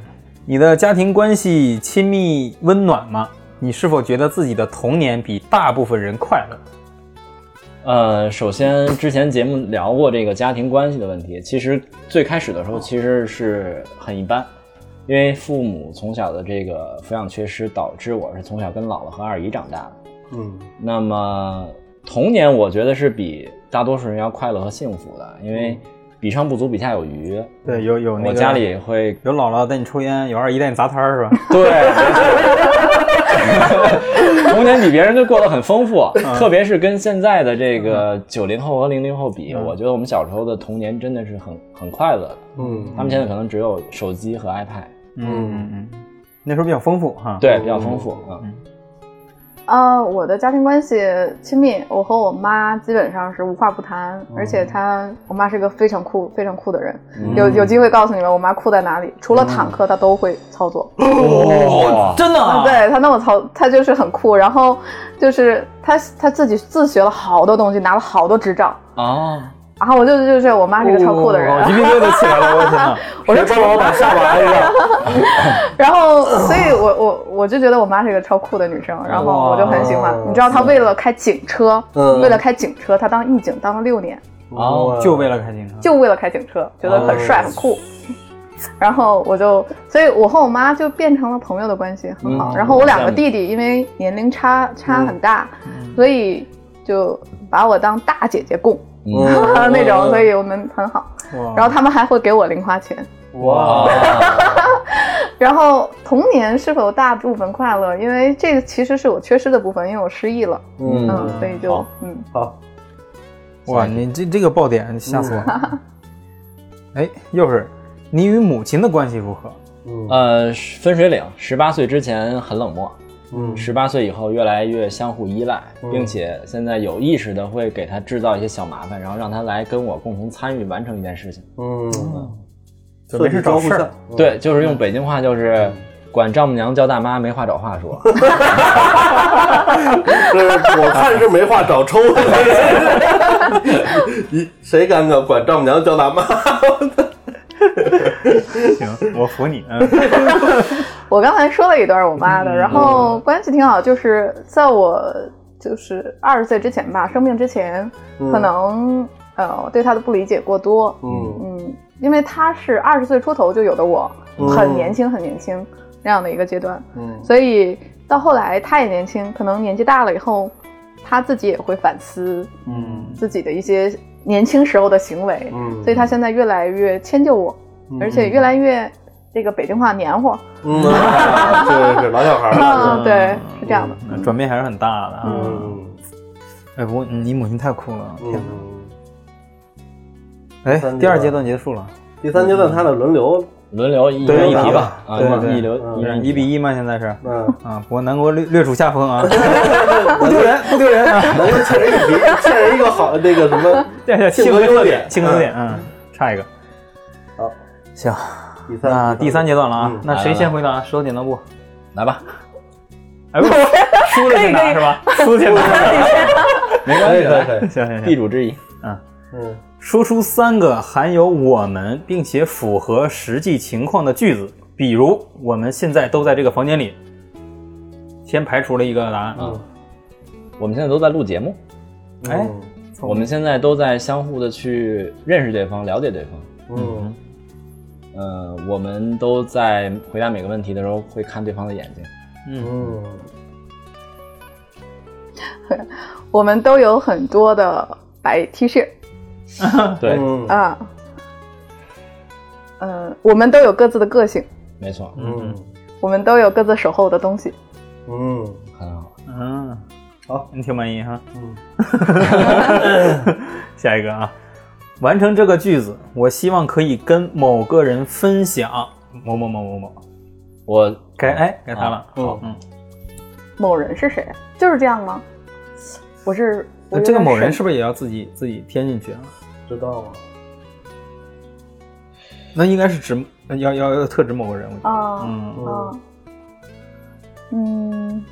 [SPEAKER 1] 你的家庭关系亲密温暖吗？你是否觉得自己的童年比大部分人快乐？
[SPEAKER 2] 呃，首先之前节目聊过这个家庭关系的问题，其实最开始的时候其实是很一般，因为父母从小的这个抚养缺失，导致我是从小跟姥姥和二姨长大的。
[SPEAKER 3] 嗯
[SPEAKER 2] 那么童年我觉得是比大多数人要快乐和幸福的，因为比上不足，比下有余。
[SPEAKER 1] 对，有有嗯那个
[SPEAKER 2] 我家里会
[SPEAKER 1] 有姥姥带你抽烟，有二姨带你砸摊儿，是吧？
[SPEAKER 2] 对， 童年比别人就过得很丰富，
[SPEAKER 1] 嗯
[SPEAKER 2] 特别是跟现在的这个九零后和零零后比，
[SPEAKER 1] 嗯
[SPEAKER 2] 我觉得我们小时候的童年真的是很很快乐的。
[SPEAKER 3] 嗯
[SPEAKER 2] 他们现在可能只有手机和 iPad，
[SPEAKER 1] 嗯嗯嗯，那时候比较丰富哈。
[SPEAKER 2] 对，比较丰富啊。
[SPEAKER 4] 呃，我的家庭关系亲密，我和我妈基本上是无话不谈，而且她，我妈是一个非常酷、非常酷的人。
[SPEAKER 3] 嗯
[SPEAKER 4] 有有机会告诉你们，我妈酷在哪里？除了坦克，她都会操作。
[SPEAKER 2] 哦，
[SPEAKER 1] 真的啊
[SPEAKER 4] 对她那么操，她就是很酷。然后就是她她自己自学了好多东西，拿了好多执照。
[SPEAKER 1] 哦
[SPEAKER 2] 啊，
[SPEAKER 4] 然后我就就是我妈是一个超酷的人。
[SPEAKER 1] 我 一个个都起来了，我天呐！
[SPEAKER 4] 我是
[SPEAKER 1] 谁帮老板下马一个，
[SPEAKER 4] 然后，所以我我我就觉得我妈是一个超酷的女生，然后我就很喜欢
[SPEAKER 3] 哦。
[SPEAKER 4] 你知道她为了开警车，
[SPEAKER 3] 嗯
[SPEAKER 4] 为了开警车，她当义警当了六年，
[SPEAKER 2] 哦
[SPEAKER 1] 就为了开警车，
[SPEAKER 4] 就为了开警车，觉得很帅很酷。 然后我就，所以我和我妈就变成了朋友的关系，很好。
[SPEAKER 2] 嗯
[SPEAKER 4] 然后我两个弟弟因为年龄差差很大，
[SPEAKER 2] 嗯
[SPEAKER 4] 所以就把我当大姐姐供、
[SPEAKER 2] 嗯， 哦
[SPEAKER 4] 那种，所以我们很好。
[SPEAKER 1] 哇
[SPEAKER 4] 然后他们还会给我零花钱。
[SPEAKER 1] 哇，
[SPEAKER 4] 然后童年是否大部分快乐？因为这个其实是我缺失的部分，因为我失忆了，
[SPEAKER 3] 嗯
[SPEAKER 4] 嗯，所以就
[SPEAKER 2] 好
[SPEAKER 4] 嗯，
[SPEAKER 3] 好，
[SPEAKER 1] 哇，你这这个爆点吓死我了！
[SPEAKER 4] 嗯
[SPEAKER 1] 哎，又是你与母亲的关系如何？
[SPEAKER 3] 嗯
[SPEAKER 2] 呃，分水岭，十八岁之前很冷漠，
[SPEAKER 3] 嗯
[SPEAKER 2] 十八岁以后越来越相互依赖，
[SPEAKER 3] 嗯
[SPEAKER 2] 并且现在有意识的会给他制造一些小麻烦，然后让他来跟我共同参与完成一件事情。
[SPEAKER 3] 嗯，
[SPEAKER 1] 准备是找事
[SPEAKER 3] 自己
[SPEAKER 1] 儿
[SPEAKER 3] 招，不下，
[SPEAKER 2] 对，就是
[SPEAKER 1] 嗯
[SPEAKER 2] 用北京话就是。管丈母娘叫大妈，没话找 话说。
[SPEAKER 3] 这我看是没话找抽， 一谁敢敢管丈母娘叫大妈？
[SPEAKER 1] 行，我服你。嗯，
[SPEAKER 4] 我刚才说了一段我妈
[SPEAKER 3] 嗯
[SPEAKER 4] 的，然后关系挺好，就是在我就是二十岁之前吧，生病之前，
[SPEAKER 3] 嗯
[SPEAKER 4] 可能呃我对她的不理解过多，
[SPEAKER 3] 嗯
[SPEAKER 4] 嗯，因为她是二十岁出头就有的我，
[SPEAKER 3] 嗯
[SPEAKER 4] 很年轻很年轻那样的一个阶段，
[SPEAKER 3] 嗯
[SPEAKER 4] 所以到后来她也年轻，可能年纪大了以后，她自己也会反思，
[SPEAKER 3] 嗯
[SPEAKER 4] 自己的一些年轻时候的行为，
[SPEAKER 3] 嗯，
[SPEAKER 4] 所以他现在越来越迁就我，而且越来越这个北京话黏糊，
[SPEAKER 3] 嗯， 这是老小孩了，
[SPEAKER 4] 嗯，对，是这样的，
[SPEAKER 1] 嗯转变还是很大的啊。
[SPEAKER 3] 嗯
[SPEAKER 1] 哎，不过你母亲太酷了，天哪！
[SPEAKER 3] 嗯，
[SPEAKER 1] 哎
[SPEAKER 3] 三，个啊
[SPEAKER 1] 第二阶段结束了，
[SPEAKER 3] 第三阶段他的轮流，
[SPEAKER 2] 轮流一
[SPEAKER 1] 对
[SPEAKER 2] 人一
[SPEAKER 1] 轮
[SPEAKER 2] 题
[SPEAKER 1] 流
[SPEAKER 2] 吧，
[SPEAKER 1] 吧
[SPEAKER 2] 啊，
[SPEAKER 1] 对
[SPEAKER 2] 一
[SPEAKER 1] 对
[SPEAKER 2] 一流
[SPEAKER 3] 嗯
[SPEAKER 2] 一人
[SPEAKER 1] 一比
[SPEAKER 2] 一
[SPEAKER 1] 一吗？现在是
[SPEAKER 3] 嗯，
[SPEAKER 1] 啊，不过南国略略处下 风啊，不丢人，不丢人啊。
[SPEAKER 3] 能够欠人一题，欠人一个好那个什么
[SPEAKER 1] 这是
[SPEAKER 3] 性格优点，
[SPEAKER 1] 性格优点，嗯，差一个。
[SPEAKER 3] 好，
[SPEAKER 1] 行，
[SPEAKER 3] 嗯。第
[SPEAKER 1] 那
[SPEAKER 3] 三
[SPEAKER 1] 第三阶段了啊
[SPEAKER 3] 嗯，
[SPEAKER 1] 那谁先回答？石头剪刀 布。
[SPEAKER 2] 来吧，
[SPEAKER 1] 哎，不输了先拿
[SPEAKER 3] 哎
[SPEAKER 1] 是吧？输了先拿。
[SPEAKER 2] 没
[SPEAKER 3] 可
[SPEAKER 2] 关
[SPEAKER 3] 以
[SPEAKER 2] 系
[SPEAKER 3] 可以
[SPEAKER 2] 的，
[SPEAKER 3] 可以，
[SPEAKER 1] 行行
[SPEAKER 2] 地
[SPEAKER 1] 行，
[SPEAKER 2] 主之谊。
[SPEAKER 3] 嗯
[SPEAKER 1] 说出三个含有“我们”并且符合实际情况的句子，比如我们现在都在这个房间里。先排除了一个答案啊，
[SPEAKER 3] 嗯，
[SPEAKER 2] 我们现在都在录节目，
[SPEAKER 1] 哎，
[SPEAKER 2] 我们现在都在相互的去认识对方，了解对方。
[SPEAKER 3] 嗯
[SPEAKER 2] 呃，我们都在回答每个问题的时候会看对方的眼睛。
[SPEAKER 1] 嗯，
[SPEAKER 3] 嗯
[SPEAKER 4] 我们都有很多的白 T 恤
[SPEAKER 2] 对，
[SPEAKER 3] 嗯
[SPEAKER 4] 啊，呃，我们都有各自的个性，
[SPEAKER 2] 没错，
[SPEAKER 3] 嗯
[SPEAKER 4] 我们都有各自守候的东西，
[SPEAKER 3] 嗯
[SPEAKER 2] 很好。
[SPEAKER 1] 嗯，
[SPEAKER 3] 好，
[SPEAKER 1] 你挺满意哈。
[SPEAKER 3] 嗯
[SPEAKER 1] 下一个啊，完成这个句子，我希望可以跟某个人分享某某某某某。
[SPEAKER 2] 我
[SPEAKER 1] 该哎，该他了。
[SPEAKER 3] 嗯
[SPEAKER 1] 嗯，
[SPEAKER 4] 某人是谁？就是这样吗？我是
[SPEAKER 1] 那呃这个某人是
[SPEAKER 4] 不
[SPEAKER 1] 不是也要自己自己添进去啊？
[SPEAKER 3] 知道啊，
[SPEAKER 1] 那应该是指要要要特指某个人，我觉得。
[SPEAKER 4] 啊、
[SPEAKER 1] 嗯，
[SPEAKER 4] 啊，嗯，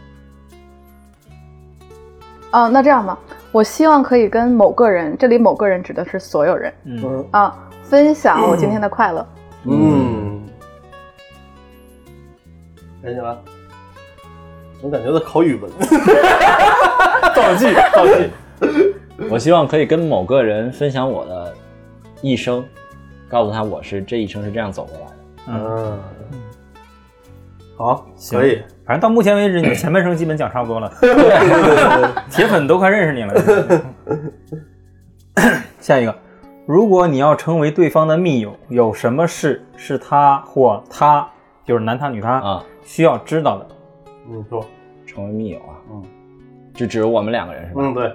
[SPEAKER 4] 啊，那这样吧，我希望可以跟某个人，这里某个人指的是所有人
[SPEAKER 1] 嗯
[SPEAKER 3] 嗯
[SPEAKER 4] 啊，分 享我今天的快乐。
[SPEAKER 3] 嗯，哎，你来，我感觉在考语文。
[SPEAKER 2] 造句，造句。我希望可以跟某个人分享我的一生，告诉他我是这一生是这样走过来的。
[SPEAKER 1] 嗯，
[SPEAKER 3] 嗯，
[SPEAKER 1] 好，行
[SPEAKER 3] 可以。
[SPEAKER 1] 反正到目前为止，你前半生基本讲差不多 了，铁粉都快认识你了。 下一个，如果你要成为对方的密友，有什么事是他或他，就是男他女他，
[SPEAKER 2] 啊，
[SPEAKER 1] 需要知道的？
[SPEAKER 3] 你说，
[SPEAKER 2] 成为密友啊，
[SPEAKER 3] 嗯
[SPEAKER 2] 就只有我们两个人是吧？
[SPEAKER 3] 嗯，对，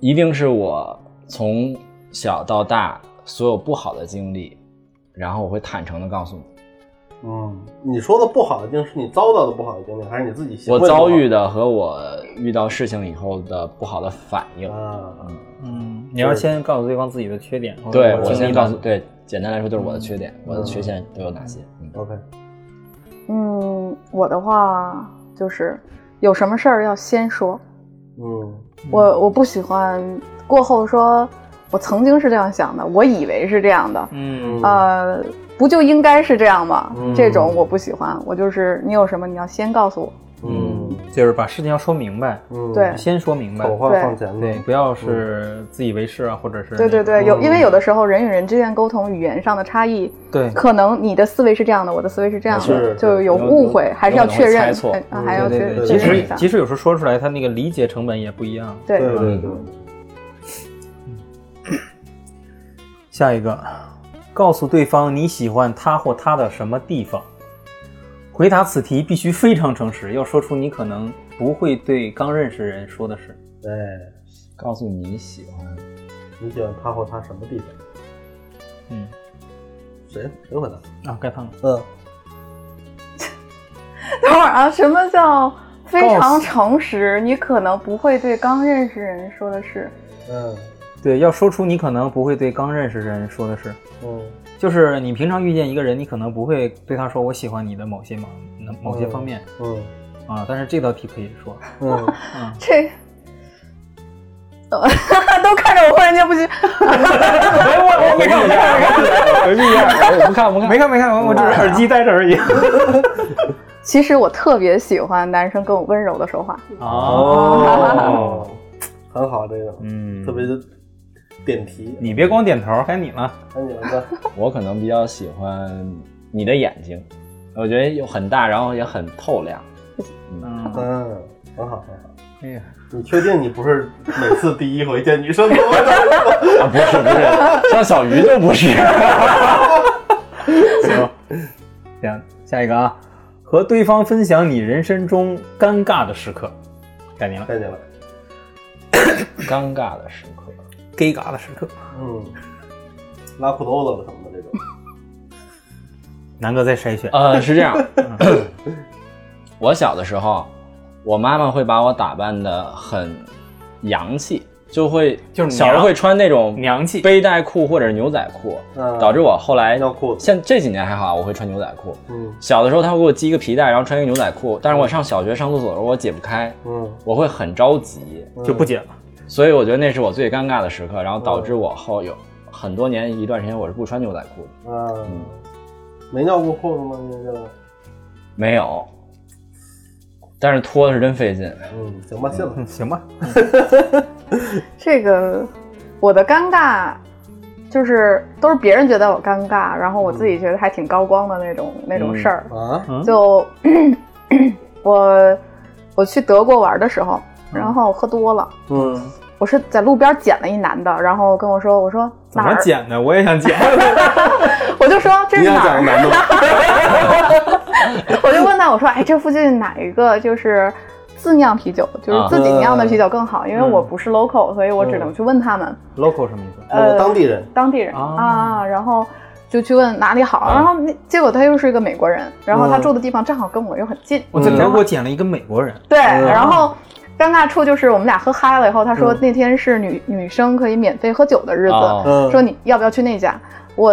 [SPEAKER 2] 一定是我从小到大所有不好的经历，然后我会坦诚的告诉你，
[SPEAKER 3] 嗯，你说的不好的经历是你遭到的不好的经历，还是你自己行
[SPEAKER 2] 我
[SPEAKER 3] 为不好
[SPEAKER 2] 遭遇的和我遇到事情以后的不好的反应。
[SPEAKER 3] 啊？
[SPEAKER 1] 嗯，你要先告诉对方自己的缺点。
[SPEAKER 2] 对
[SPEAKER 1] 或者
[SPEAKER 2] 我
[SPEAKER 1] 经
[SPEAKER 2] 先
[SPEAKER 1] 历
[SPEAKER 2] 告
[SPEAKER 1] 到
[SPEAKER 2] 诉，对，简单来说就是我的缺点，我的
[SPEAKER 3] 嗯
[SPEAKER 2] 缺陷都有哪些？嗯
[SPEAKER 3] OK，
[SPEAKER 4] 嗯，我的话就是有什么事儿要先说，
[SPEAKER 3] 嗯
[SPEAKER 4] 我我不喜欢过后说，我曾经是这样想的，我以为是这样的，
[SPEAKER 1] 嗯
[SPEAKER 4] 呃，不就应该是这样吗？
[SPEAKER 3] 嗯
[SPEAKER 4] 这种我不喜欢，我就是你有什么你要先告诉我。
[SPEAKER 3] 嗯
[SPEAKER 1] 就是把事情要说明白，
[SPEAKER 3] 嗯，
[SPEAKER 4] 对
[SPEAKER 1] 先说明白。
[SPEAKER 3] 丑话
[SPEAKER 4] 对
[SPEAKER 3] 放前
[SPEAKER 1] 对，
[SPEAKER 2] 嗯
[SPEAKER 3] 面，
[SPEAKER 1] 不要是自以为是啊，或者是
[SPEAKER 4] 对对对，有
[SPEAKER 3] 嗯
[SPEAKER 4] 因为有的时候人与人之间沟通语言上的差异，
[SPEAKER 1] 对
[SPEAKER 4] 可能你的思维是这样的，我的思维是这样的，
[SPEAKER 3] 是
[SPEAKER 4] 就有
[SPEAKER 2] 有
[SPEAKER 4] 误会，还是要确
[SPEAKER 2] 有可能
[SPEAKER 4] 认
[SPEAKER 2] 会猜错，
[SPEAKER 4] 哎
[SPEAKER 3] 嗯
[SPEAKER 4] 还要
[SPEAKER 1] 对
[SPEAKER 4] 确
[SPEAKER 1] 对对，
[SPEAKER 4] 确
[SPEAKER 1] 其
[SPEAKER 4] 认一
[SPEAKER 1] 实
[SPEAKER 4] 下。
[SPEAKER 1] 即使有时候说出来，他那个理解成本也不一样。
[SPEAKER 4] 对，
[SPEAKER 3] 对对对，
[SPEAKER 1] 下一个，告诉对方你喜欢他或他的什么地方。回答此题必须非常诚实，要说出你可能不会对刚认识人说的事。
[SPEAKER 3] 哎，
[SPEAKER 2] 告诉你喜欢
[SPEAKER 3] 你喜欢他或他什么地方？
[SPEAKER 1] 嗯，
[SPEAKER 3] 谁谁回答？
[SPEAKER 1] 啊，该胖了。
[SPEAKER 3] 嗯，
[SPEAKER 4] 等会儿啊，什么叫非
[SPEAKER 1] 告
[SPEAKER 4] 常
[SPEAKER 1] 诉
[SPEAKER 4] 诚实？你可能不会对刚认识人说的是，，
[SPEAKER 3] 嗯
[SPEAKER 1] 对，要说出你可能不会对刚认识人说的事，
[SPEAKER 3] 嗯
[SPEAKER 1] 就是你平常遇见一个人，你可能不会对他说我喜欢你的某些某某些方面、
[SPEAKER 3] 嗯
[SPEAKER 1] 啊，但是这道题可以说。
[SPEAKER 3] 嗯，
[SPEAKER 1] 嗯
[SPEAKER 4] 这。呃 都看着我，忽然间不行。
[SPEAKER 1] 哎我我没看，没看，
[SPEAKER 2] 哦回避一下，哎我不看不看
[SPEAKER 1] 没看，没看，我只是耳机戴着而 已。
[SPEAKER 4] 其实我特别喜欢男生跟我温柔的说话，
[SPEAKER 1] 哦，
[SPEAKER 3] 很好，这个
[SPEAKER 1] 嗯，
[SPEAKER 3] 特别的点题。
[SPEAKER 1] 你别光点头，该你了。
[SPEAKER 3] 那你们呢？
[SPEAKER 2] 我可能比较喜欢你的眼睛，我觉得有很大，然后也很透亮。
[SPEAKER 1] 嗯，
[SPEAKER 3] 嗯，很好很好。
[SPEAKER 1] 哎呀，
[SPEAKER 3] 你确定你不是每次第一回见女生跟我讲？
[SPEAKER 2] 啊，不是不是，像小鱼就不是。
[SPEAKER 1] 行，行，下一个啊，和对方分享你人生中尴尬的时刻，该您了，
[SPEAKER 3] 看见了，
[SPEAKER 2] 尴尬的时刻，
[SPEAKER 1] 尴尬的时刻，
[SPEAKER 3] 嗯，拉裤兜子了什么的这种。
[SPEAKER 1] 南哥在筛选，
[SPEAKER 2] 呃，是这样。我小的时候，我妈妈会把我打扮的很洋气，就会
[SPEAKER 1] 就是
[SPEAKER 2] 小时候
[SPEAKER 1] 娘
[SPEAKER 2] 会穿那种
[SPEAKER 1] 娘气
[SPEAKER 2] 背带裤或者牛仔裤，
[SPEAKER 3] 嗯
[SPEAKER 2] 导致我后来
[SPEAKER 3] 尿裤子
[SPEAKER 2] 像这几年还好，我会穿牛仔裤。
[SPEAKER 3] 嗯
[SPEAKER 2] 小的时候，她会给我系一个皮带，然后穿一个牛仔裤。但是我上小学上厕所的时候，我解不开，
[SPEAKER 3] 嗯，
[SPEAKER 2] 我会很着急，
[SPEAKER 1] 就不解了。
[SPEAKER 2] 所以我觉得那是我最尴尬的时刻，然后导致我后有很多年一段时间我是不穿牛仔裤的。
[SPEAKER 3] 啊，没尿过裤子吗？你这个，
[SPEAKER 2] 没有，但是脱的是真费劲。
[SPEAKER 3] 嗯，行吧，信了
[SPEAKER 1] 嗯，。行吧，
[SPEAKER 4] 这个我的尴尬就是都是别人觉得我尴尬，然后我自己觉得还挺高光的那种、那种事儿。
[SPEAKER 3] 啊，
[SPEAKER 1] 嗯
[SPEAKER 4] 就 我我去德国玩的时候，
[SPEAKER 1] 嗯
[SPEAKER 4] 然后喝多了，
[SPEAKER 3] 嗯，
[SPEAKER 4] 我是在路边捡了一男的，然后跟我说，我说
[SPEAKER 1] 怎
[SPEAKER 4] 哪
[SPEAKER 1] 么
[SPEAKER 4] 儿？
[SPEAKER 1] 剪的？我也想剪。
[SPEAKER 4] 我就说这
[SPEAKER 3] 你
[SPEAKER 4] 是
[SPEAKER 3] 想
[SPEAKER 4] 哪
[SPEAKER 3] 讲
[SPEAKER 4] 儿
[SPEAKER 3] 个？难度？
[SPEAKER 4] 我就问他，我说，哎，这附近哪一个就是自酿啤酒，
[SPEAKER 1] 啊
[SPEAKER 4] 就是自己酿的啤酒更好？因为
[SPEAKER 1] 嗯
[SPEAKER 4] 我不是 local，所以我只能去问他们。
[SPEAKER 1] local 什么意思？
[SPEAKER 3] 我哦当地人，
[SPEAKER 4] 当地人
[SPEAKER 1] 啊
[SPEAKER 4] 啊，然后就去问哪里好，然后那结果他又是一个美国人，然后他
[SPEAKER 3] 嗯
[SPEAKER 4] 住的地方正好跟我又很近，
[SPEAKER 1] 我在
[SPEAKER 3] 嗯
[SPEAKER 1] 德国剪了一个美国人，
[SPEAKER 4] 对，然后尴尬处就是我们俩喝嗨了以后，他说
[SPEAKER 3] 嗯
[SPEAKER 4] 那天是女、女生可以免费喝酒的日子，
[SPEAKER 2] 哦
[SPEAKER 3] 嗯，
[SPEAKER 4] 说你要不要去那家？我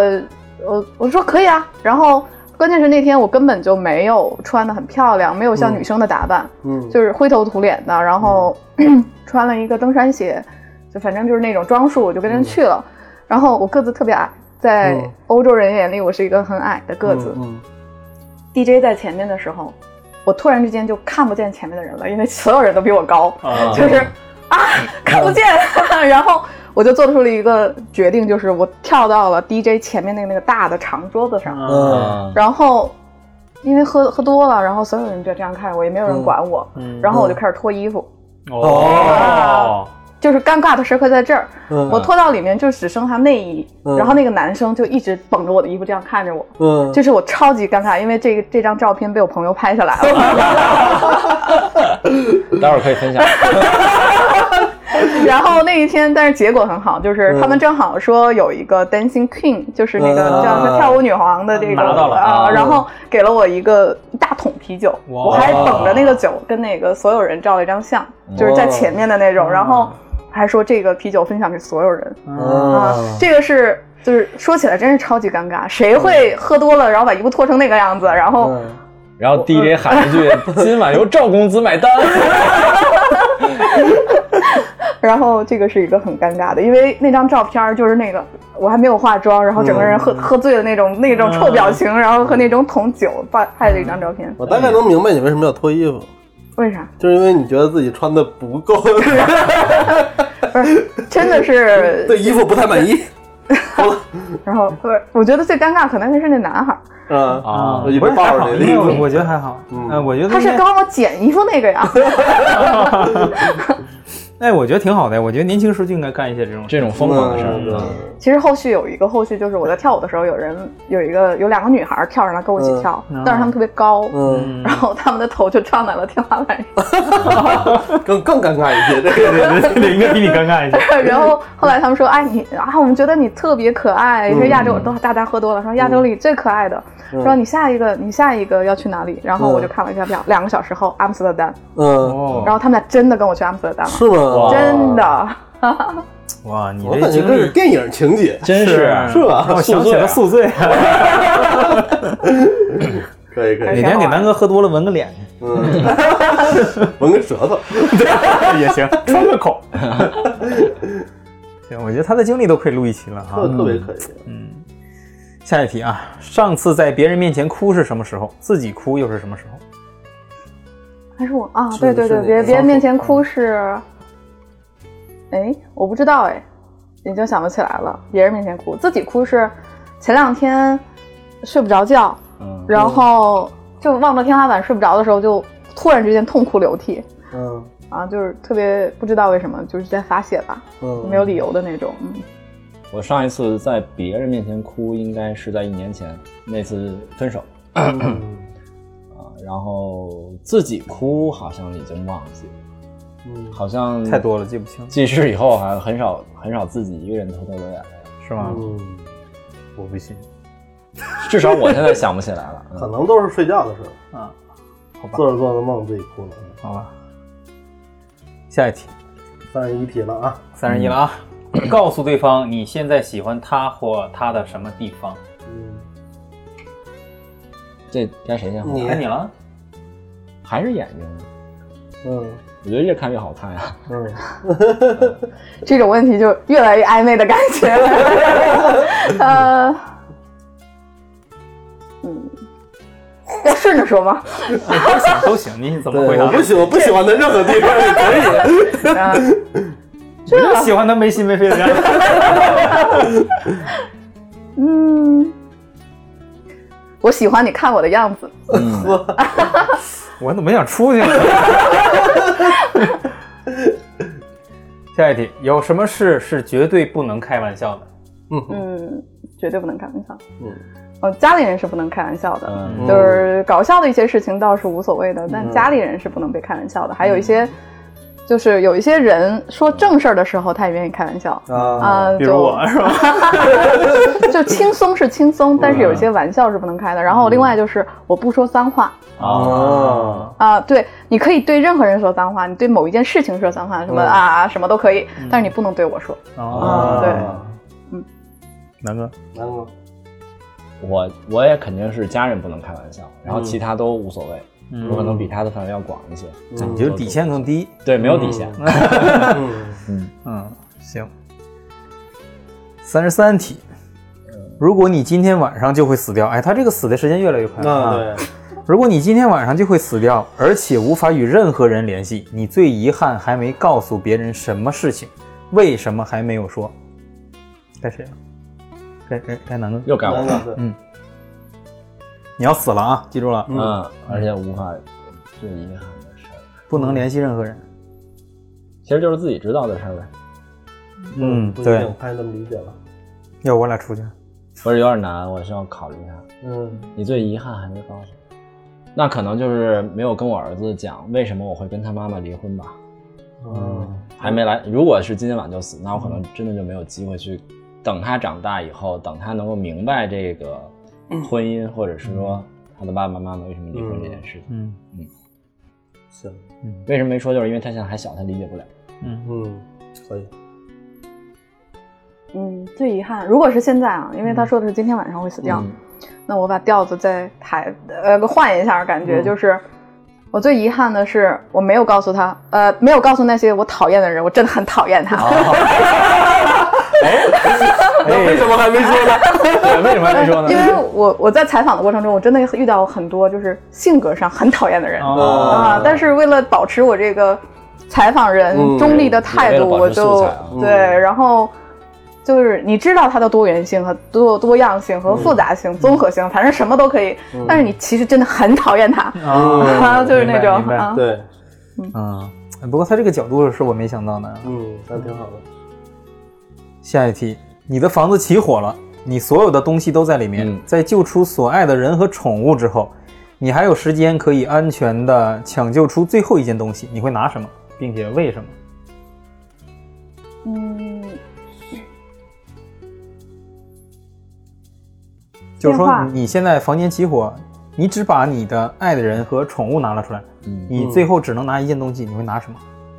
[SPEAKER 4] 我我说可以啊。然后关键是那天我根本就没有穿的很漂亮，没有像
[SPEAKER 3] 嗯
[SPEAKER 4] 女生的打扮，
[SPEAKER 3] 嗯，
[SPEAKER 4] 就是灰头土脸的，然后、 穿了一个登山鞋，就反正就是那种装束，我就跟人去了。然后我个子特别矮，在
[SPEAKER 3] 嗯
[SPEAKER 4] 欧洲人眼里我是一个很矮的个子。
[SPEAKER 3] 嗯，
[SPEAKER 4] DJ 在前面的时候，我突然之间就看不见前面的人了，因为所有人都比我高，
[SPEAKER 3] 哦
[SPEAKER 1] 啊
[SPEAKER 4] 就是啊
[SPEAKER 3] 嗯
[SPEAKER 4] 看不见。 然后我就做出了一个决定，就是我跳到了 DJ 前面那个那个大的长桌子上，
[SPEAKER 3] 嗯
[SPEAKER 2] 啊
[SPEAKER 4] 然后因为喝喝多了，然后所有人就这样看我，也没有人管我。
[SPEAKER 1] 嗯
[SPEAKER 4] 然后我就开始脱衣服，
[SPEAKER 1] 哦，
[SPEAKER 4] 就是尴尬的时刻在这儿。
[SPEAKER 3] 嗯，
[SPEAKER 4] 我脱到里面就只剩下内衣，
[SPEAKER 3] 嗯
[SPEAKER 4] 然后那个男生就一直绷着我的衣服这样看着我，
[SPEAKER 3] 嗯，
[SPEAKER 4] 就是我超级尴尬，因为这个这张照片被我朋友拍下来了。
[SPEAKER 2] 嗯待会儿可以分享。
[SPEAKER 4] 然后那一天，但是结果很好，就是他们正好说有一个 Dancing Queen，就是那个
[SPEAKER 3] 嗯
[SPEAKER 4] 叫是跳舞女皇的这个
[SPEAKER 1] 拿到了
[SPEAKER 4] 啊，
[SPEAKER 2] 嗯
[SPEAKER 4] 然后给了我一个一大桶啤酒，
[SPEAKER 1] 哇
[SPEAKER 4] 我还捧着那个酒跟那个所有人照了一张相，就是在前面的那种，然后还说这个啤酒分享给所有人。
[SPEAKER 1] 嗯
[SPEAKER 4] 啊
[SPEAKER 3] 嗯，
[SPEAKER 4] 这个是就是说起来真是超级尴尬，谁会喝多了然后把衣服脱成那个样子？然后、
[SPEAKER 3] 嗯
[SPEAKER 2] 然后 DJ 喊一句：“今晚由赵公子买单。
[SPEAKER 4] 然后这个是一个很尴尬的，因为那张照片儿就是那个我还没有化妆，然后整个人
[SPEAKER 1] 嗯
[SPEAKER 4] 喝、喝醉的那种那种臭表情，然后和那种桶酒拍拍的一张照片，
[SPEAKER 3] 我大概能明白你为什么要脱衣服，
[SPEAKER 4] 为啥？
[SPEAKER 3] 就是因为你觉得自己穿的不够，
[SPEAKER 4] 不是，真的 是
[SPEAKER 3] 对衣服不太满 意。
[SPEAKER 4] 然后不是，我觉得最尴尬可能是那男孩儿，
[SPEAKER 3] 嗯
[SPEAKER 2] 啊
[SPEAKER 3] 我一
[SPEAKER 1] 不
[SPEAKER 3] 直
[SPEAKER 1] 是还
[SPEAKER 3] 抱
[SPEAKER 1] 好，
[SPEAKER 3] 着
[SPEAKER 1] 因
[SPEAKER 3] 你的
[SPEAKER 1] 为
[SPEAKER 3] 衣
[SPEAKER 1] 我
[SPEAKER 3] 服。
[SPEAKER 1] 我觉得还好，
[SPEAKER 3] 嗯
[SPEAKER 1] 嗯，我觉得
[SPEAKER 4] 他是
[SPEAKER 1] 那
[SPEAKER 4] 帮我捡衣服那个呀，
[SPEAKER 1] 哎，我觉得挺好的，我觉得年轻时候就应该干一些这种”事。
[SPEAKER 2] 这种疯狂的事儿，
[SPEAKER 3] 嗯
[SPEAKER 4] 其实后续有一个后续就是我在跳舞的时候，有人有一个有两个女孩跳上来跟我一起跳，
[SPEAKER 1] 嗯
[SPEAKER 4] 但是她们特别高，
[SPEAKER 3] 嗯，
[SPEAKER 4] 然后她们的头就撞在了天花板
[SPEAKER 3] 更更尴尬 一些，这个
[SPEAKER 1] 对对 对，应该比你尴尬一些。
[SPEAKER 4] 上。 然后后来她们说：“哎，你啊，我们觉得你特别可爱，是亚洲
[SPEAKER 2] 嗯
[SPEAKER 4] 都大家喝多了，说亚
[SPEAKER 3] 嗯
[SPEAKER 4] 洲里最可爱的。说你下一个你下一个要去哪里？然后我就看了一下表，两个小时后阿姆斯特丹。
[SPEAKER 3] 嗯，
[SPEAKER 1] 哦，
[SPEAKER 4] 然后他们俩真的跟我去阿姆斯特丹了，
[SPEAKER 3] 是啊吗
[SPEAKER 2] 哇？
[SPEAKER 4] 真的。
[SPEAKER 1] 哇，你
[SPEAKER 3] 我
[SPEAKER 1] 这
[SPEAKER 3] 感觉
[SPEAKER 1] 经
[SPEAKER 3] 这是
[SPEAKER 1] 历
[SPEAKER 3] 电影情节，
[SPEAKER 2] 真
[SPEAKER 1] 是啊
[SPEAKER 3] 是吧啊
[SPEAKER 1] 让我想起了宿醉。啊
[SPEAKER 3] 可以 可
[SPEAKER 1] 哪
[SPEAKER 3] 以，
[SPEAKER 1] 天给南哥喝多了纹个脸
[SPEAKER 3] 嗯，闻个舌头，
[SPEAKER 1] 也行，穿个口。 行，我觉得他的经历都可以录一期了哈
[SPEAKER 3] 特。特别可以。
[SPEAKER 1] 嗯，下一题啊，上次在别人面前哭是什么时候？自己哭又是什么时候？
[SPEAKER 4] 还是我啊？
[SPEAKER 3] 是
[SPEAKER 4] 对对
[SPEAKER 3] 是
[SPEAKER 4] 对，
[SPEAKER 3] 你
[SPEAKER 4] 别
[SPEAKER 3] 双
[SPEAKER 4] 别人
[SPEAKER 3] 手
[SPEAKER 4] 面前哭是，哎，我不知道哎，已经想不起来了。别人面前哭，自己哭是前两天睡不着觉，
[SPEAKER 2] 嗯，
[SPEAKER 4] 然后就望着天花板睡不着的时候，就突然之间痛哭流涕
[SPEAKER 3] 嗯
[SPEAKER 4] 啊，就是特别不知道为什么，就是在发泄吧，
[SPEAKER 3] 嗯，
[SPEAKER 4] 没有理由的那种。嗯
[SPEAKER 2] 我上一次在别人面前哭，应该是在一年前那次分手
[SPEAKER 3] 嗯
[SPEAKER 2] 啊，然后自己哭好像已经忘记了，
[SPEAKER 3] 嗯
[SPEAKER 2] 好像
[SPEAKER 1] 太多了，记不清，
[SPEAKER 2] 记事以后好像很少很少自己一个人偷偷流眼泪，
[SPEAKER 1] 是吗？
[SPEAKER 3] 嗯，
[SPEAKER 1] 我不信
[SPEAKER 2] 至少我现在想不起来了。
[SPEAKER 3] 可
[SPEAKER 2] 嗯
[SPEAKER 3] 能都是睡觉的时候，
[SPEAKER 1] 啊，好吧，
[SPEAKER 3] 做着做着梦自己哭了。嗯
[SPEAKER 1] 好吧。下一题，
[SPEAKER 3] 三十一题了啊，
[SPEAKER 1] 三十一了啊。
[SPEAKER 3] 嗯
[SPEAKER 1] 告诉对方你现在喜欢他或他的什么地方？
[SPEAKER 3] 嗯，
[SPEAKER 2] 这该谁先？
[SPEAKER 3] 你
[SPEAKER 1] 该哎你了，
[SPEAKER 2] 还是眼睛？
[SPEAKER 3] 嗯
[SPEAKER 2] 我觉得越看越好看 呀。
[SPEAKER 3] 嗯，
[SPEAKER 4] 这种问题就越来越暧昧的感觉。 呃，嗯，要顺着说吗？
[SPEAKER 1] 都行都行，你怎么回
[SPEAKER 3] 对，
[SPEAKER 1] 答
[SPEAKER 3] 我
[SPEAKER 1] 都
[SPEAKER 3] 不
[SPEAKER 1] 行。
[SPEAKER 3] 喜我不喜欢的任何地方也可以。
[SPEAKER 1] 我
[SPEAKER 4] 啊，
[SPEAKER 3] 啊
[SPEAKER 1] 就喜欢他没心没肺的样子。
[SPEAKER 4] 嗯，我喜欢你看我的样子。
[SPEAKER 2] 嗯，
[SPEAKER 1] 我怎么没想出去呢？ 下一题，有什么事是绝对不能开玩笑的？
[SPEAKER 4] 嗯，绝对不能开玩笑。
[SPEAKER 3] 嗯
[SPEAKER 4] 哦，家里人是不能开玩笑的。
[SPEAKER 2] 嗯
[SPEAKER 4] 就是搞笑的一些事情倒是无所谓的，但家里人是不能被开玩笑的。还有一些，就是有一些人说正事儿的时候，他也愿意开玩笑，
[SPEAKER 1] 啊
[SPEAKER 4] 啊
[SPEAKER 1] 比如
[SPEAKER 4] 就
[SPEAKER 1] 我是吧？
[SPEAKER 4] 就轻松是轻松，但是有一些玩笑是不能开的。然后另
[SPEAKER 1] 嗯
[SPEAKER 4] 外就是我不说脏话
[SPEAKER 1] 啊，
[SPEAKER 4] 啊、对，你可以对任何人说脏话，你对某一件事情说脏话，什么
[SPEAKER 1] 嗯
[SPEAKER 4] 啊什么都可以
[SPEAKER 1] 嗯，
[SPEAKER 4] 但是你不能对我说。
[SPEAKER 1] 啊，
[SPEAKER 4] 对
[SPEAKER 1] 南哥，
[SPEAKER 3] 南哥，
[SPEAKER 2] 我我也肯定是家人不能开玩笑，
[SPEAKER 1] 嗯
[SPEAKER 2] 然后其他都无所谓，我可能
[SPEAKER 3] 嗯
[SPEAKER 2] 比他的范围要广一些。
[SPEAKER 1] 嗯你就是底线更低，
[SPEAKER 2] 对，没有底线。
[SPEAKER 3] 嗯
[SPEAKER 2] 嗯，
[SPEAKER 1] 嗯，行。三十三题，如果你今天晚上就会死掉，哎，他这个死的时间越来越快了
[SPEAKER 3] 嗯那
[SPEAKER 1] 啊。
[SPEAKER 3] 对，
[SPEAKER 1] 如果你今天晚上就会死掉，而且无法与任何人联系，你最遗憾还没告诉别人什么事情，为什么还没有说？该谁了？啊该该该南哥，
[SPEAKER 2] 又该我
[SPEAKER 3] 南
[SPEAKER 2] 了。
[SPEAKER 3] 哥对，
[SPEAKER 1] 嗯，你要死了啊！记住了，
[SPEAKER 3] 嗯
[SPEAKER 2] 嗯，而且无法最遗憾的事儿，
[SPEAKER 1] 不能联系任何人。
[SPEAKER 2] 其实就是自己知道的事儿呗。
[SPEAKER 1] 嗯，
[SPEAKER 3] 不一定
[SPEAKER 1] 对，，
[SPEAKER 3] 太那么理解了。
[SPEAKER 1] 要我俩出去。
[SPEAKER 2] 不是有点难，我需要考虑一下。
[SPEAKER 3] 嗯
[SPEAKER 2] 你最遗憾还没告诉我，那可能就是没有跟我儿子讲为什么我会跟他妈妈离婚吧。
[SPEAKER 3] 嗯
[SPEAKER 2] 还没来，如果是今天晚上就死，那我可
[SPEAKER 1] 嗯
[SPEAKER 2] 能真的就没有机会去等他长大以后，等他能够明白这个
[SPEAKER 1] 嗯
[SPEAKER 2] 婚姻，或者是说他的爸爸妈妈为什么离婚这件事情。
[SPEAKER 1] 嗯
[SPEAKER 3] 行，
[SPEAKER 1] 嗯
[SPEAKER 2] 为什么没说，就是因为他现在还小，他理解不了。
[SPEAKER 1] 嗯
[SPEAKER 3] 嗯，可以。
[SPEAKER 4] 嗯，最遗憾，如果是现在啊，因为
[SPEAKER 1] 嗯
[SPEAKER 4] 他说的是今天晚上会死掉，
[SPEAKER 2] 嗯
[SPEAKER 4] 那我把调子再抬呃换一下，感觉
[SPEAKER 3] 嗯
[SPEAKER 4] 就是、我最遗憾的是我没有告诉他，呃，没有告诉那些我讨厌的人，我真的很讨厌他。
[SPEAKER 1] 哦哎
[SPEAKER 2] 哎
[SPEAKER 1] 那为什么还没说 呢？对，为什么还没说呢？
[SPEAKER 4] 因为我我在采访的过程中，我真的遇到很多就是性格上很讨厌的人、
[SPEAKER 1] 哦
[SPEAKER 4] 啊，但是为了保持我这个采访人
[SPEAKER 3] 嗯
[SPEAKER 4] 中立的态度，
[SPEAKER 2] 也为了保
[SPEAKER 4] 我
[SPEAKER 2] 持
[SPEAKER 4] 就
[SPEAKER 2] 素材啊
[SPEAKER 4] 对，
[SPEAKER 3] 嗯
[SPEAKER 4] 然后就是你知道它的多元性和多多样性和复杂性、综合性，反正什么都可以，但是你其实真的很讨厌它。
[SPEAKER 1] 啊，
[SPEAKER 4] 啊，就是
[SPEAKER 1] 明
[SPEAKER 4] 那
[SPEAKER 1] 白
[SPEAKER 4] 种
[SPEAKER 1] 明白
[SPEAKER 4] 啊，
[SPEAKER 3] 嗯对，
[SPEAKER 1] 嗯，不过他这个角度是我没想到的。
[SPEAKER 3] 嗯，那挺好的。
[SPEAKER 1] 下一题，你的房子起火了，你所有的东西都在里面。
[SPEAKER 2] 嗯
[SPEAKER 1] 在救出所爱的人和宠物之后，你还有时间可以安全的抢救出最后一件东西，你会拿什么，并且为什么？
[SPEAKER 4] 嗯，
[SPEAKER 1] 就是
[SPEAKER 4] 电话
[SPEAKER 1] 说，你现在房间起火，你只把你的爱的人和宠物拿了出来，
[SPEAKER 2] 嗯，
[SPEAKER 1] 你最后只能拿一件东西，你会拿什么？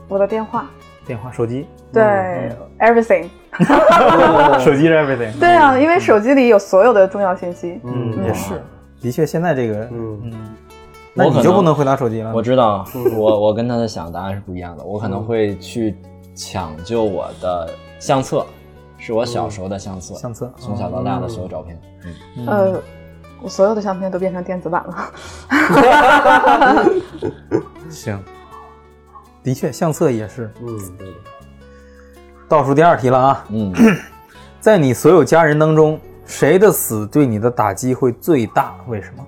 [SPEAKER 4] 我的电话，
[SPEAKER 1] 电话、手机，
[SPEAKER 4] 对，everything，
[SPEAKER 2] 哦
[SPEAKER 1] 手机是 everything。
[SPEAKER 4] 对啊，因为手机里有所有的重要信息，
[SPEAKER 1] 嗯，
[SPEAKER 3] 嗯
[SPEAKER 1] 也是，的确，现在这个，
[SPEAKER 3] 嗯
[SPEAKER 1] 嗯，那
[SPEAKER 2] 我可
[SPEAKER 1] 你就
[SPEAKER 2] 能
[SPEAKER 1] 不能回答手机了。
[SPEAKER 2] 我 知道，
[SPEAKER 1] 嗯
[SPEAKER 2] 我我跟他的想答案是不一样的。我可能会去抢救我的相册，是我小时候的相册，
[SPEAKER 1] 嗯相册
[SPEAKER 2] 从小到大的所有照片。嗯，
[SPEAKER 4] 呃，我所有的相片都变成电子版了。
[SPEAKER 1] 行，的确，相册也是。
[SPEAKER 3] 嗯，对的。
[SPEAKER 1] 倒数第二题了啊，
[SPEAKER 2] 嗯，
[SPEAKER 1] 在你所有家人当中，谁的死对你的打击会最大？为什么？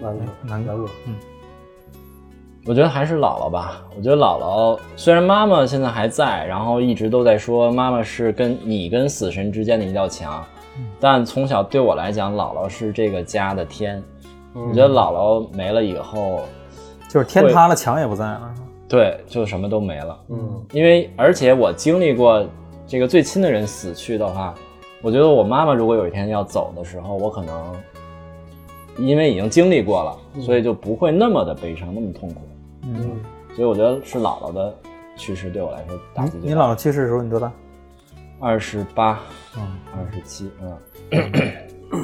[SPEAKER 3] 南哥，
[SPEAKER 1] 南哥
[SPEAKER 3] 南哥，
[SPEAKER 2] 我觉得还是姥姥吧。我觉得姥姥虽然妈妈现在还在，然后一直都在说妈妈是跟你跟死神之间的一道墙，
[SPEAKER 1] 嗯
[SPEAKER 2] 但从小对我来讲，姥姥是这个家的天。
[SPEAKER 1] 嗯
[SPEAKER 2] 我觉得姥姥没了以后，
[SPEAKER 1] 就是天塌了，墙也不在啊了。
[SPEAKER 2] 对，就什么都没了。
[SPEAKER 3] 嗯
[SPEAKER 2] 因为而且我经历过这个最亲的人死去的话，我觉得我妈妈如果有一天要走的时候，我可能因为已经经历过了，所以就不会那么的悲伤，那么痛苦。
[SPEAKER 1] 嗯，
[SPEAKER 2] 所以我觉得是姥姥的去世对我来说嗯打击
[SPEAKER 1] 你
[SPEAKER 2] 最
[SPEAKER 1] 你
[SPEAKER 2] 大。
[SPEAKER 1] 姥姥去世的时候你多大？
[SPEAKER 2] 二十八，
[SPEAKER 1] 嗯，
[SPEAKER 2] 二十七，嗯，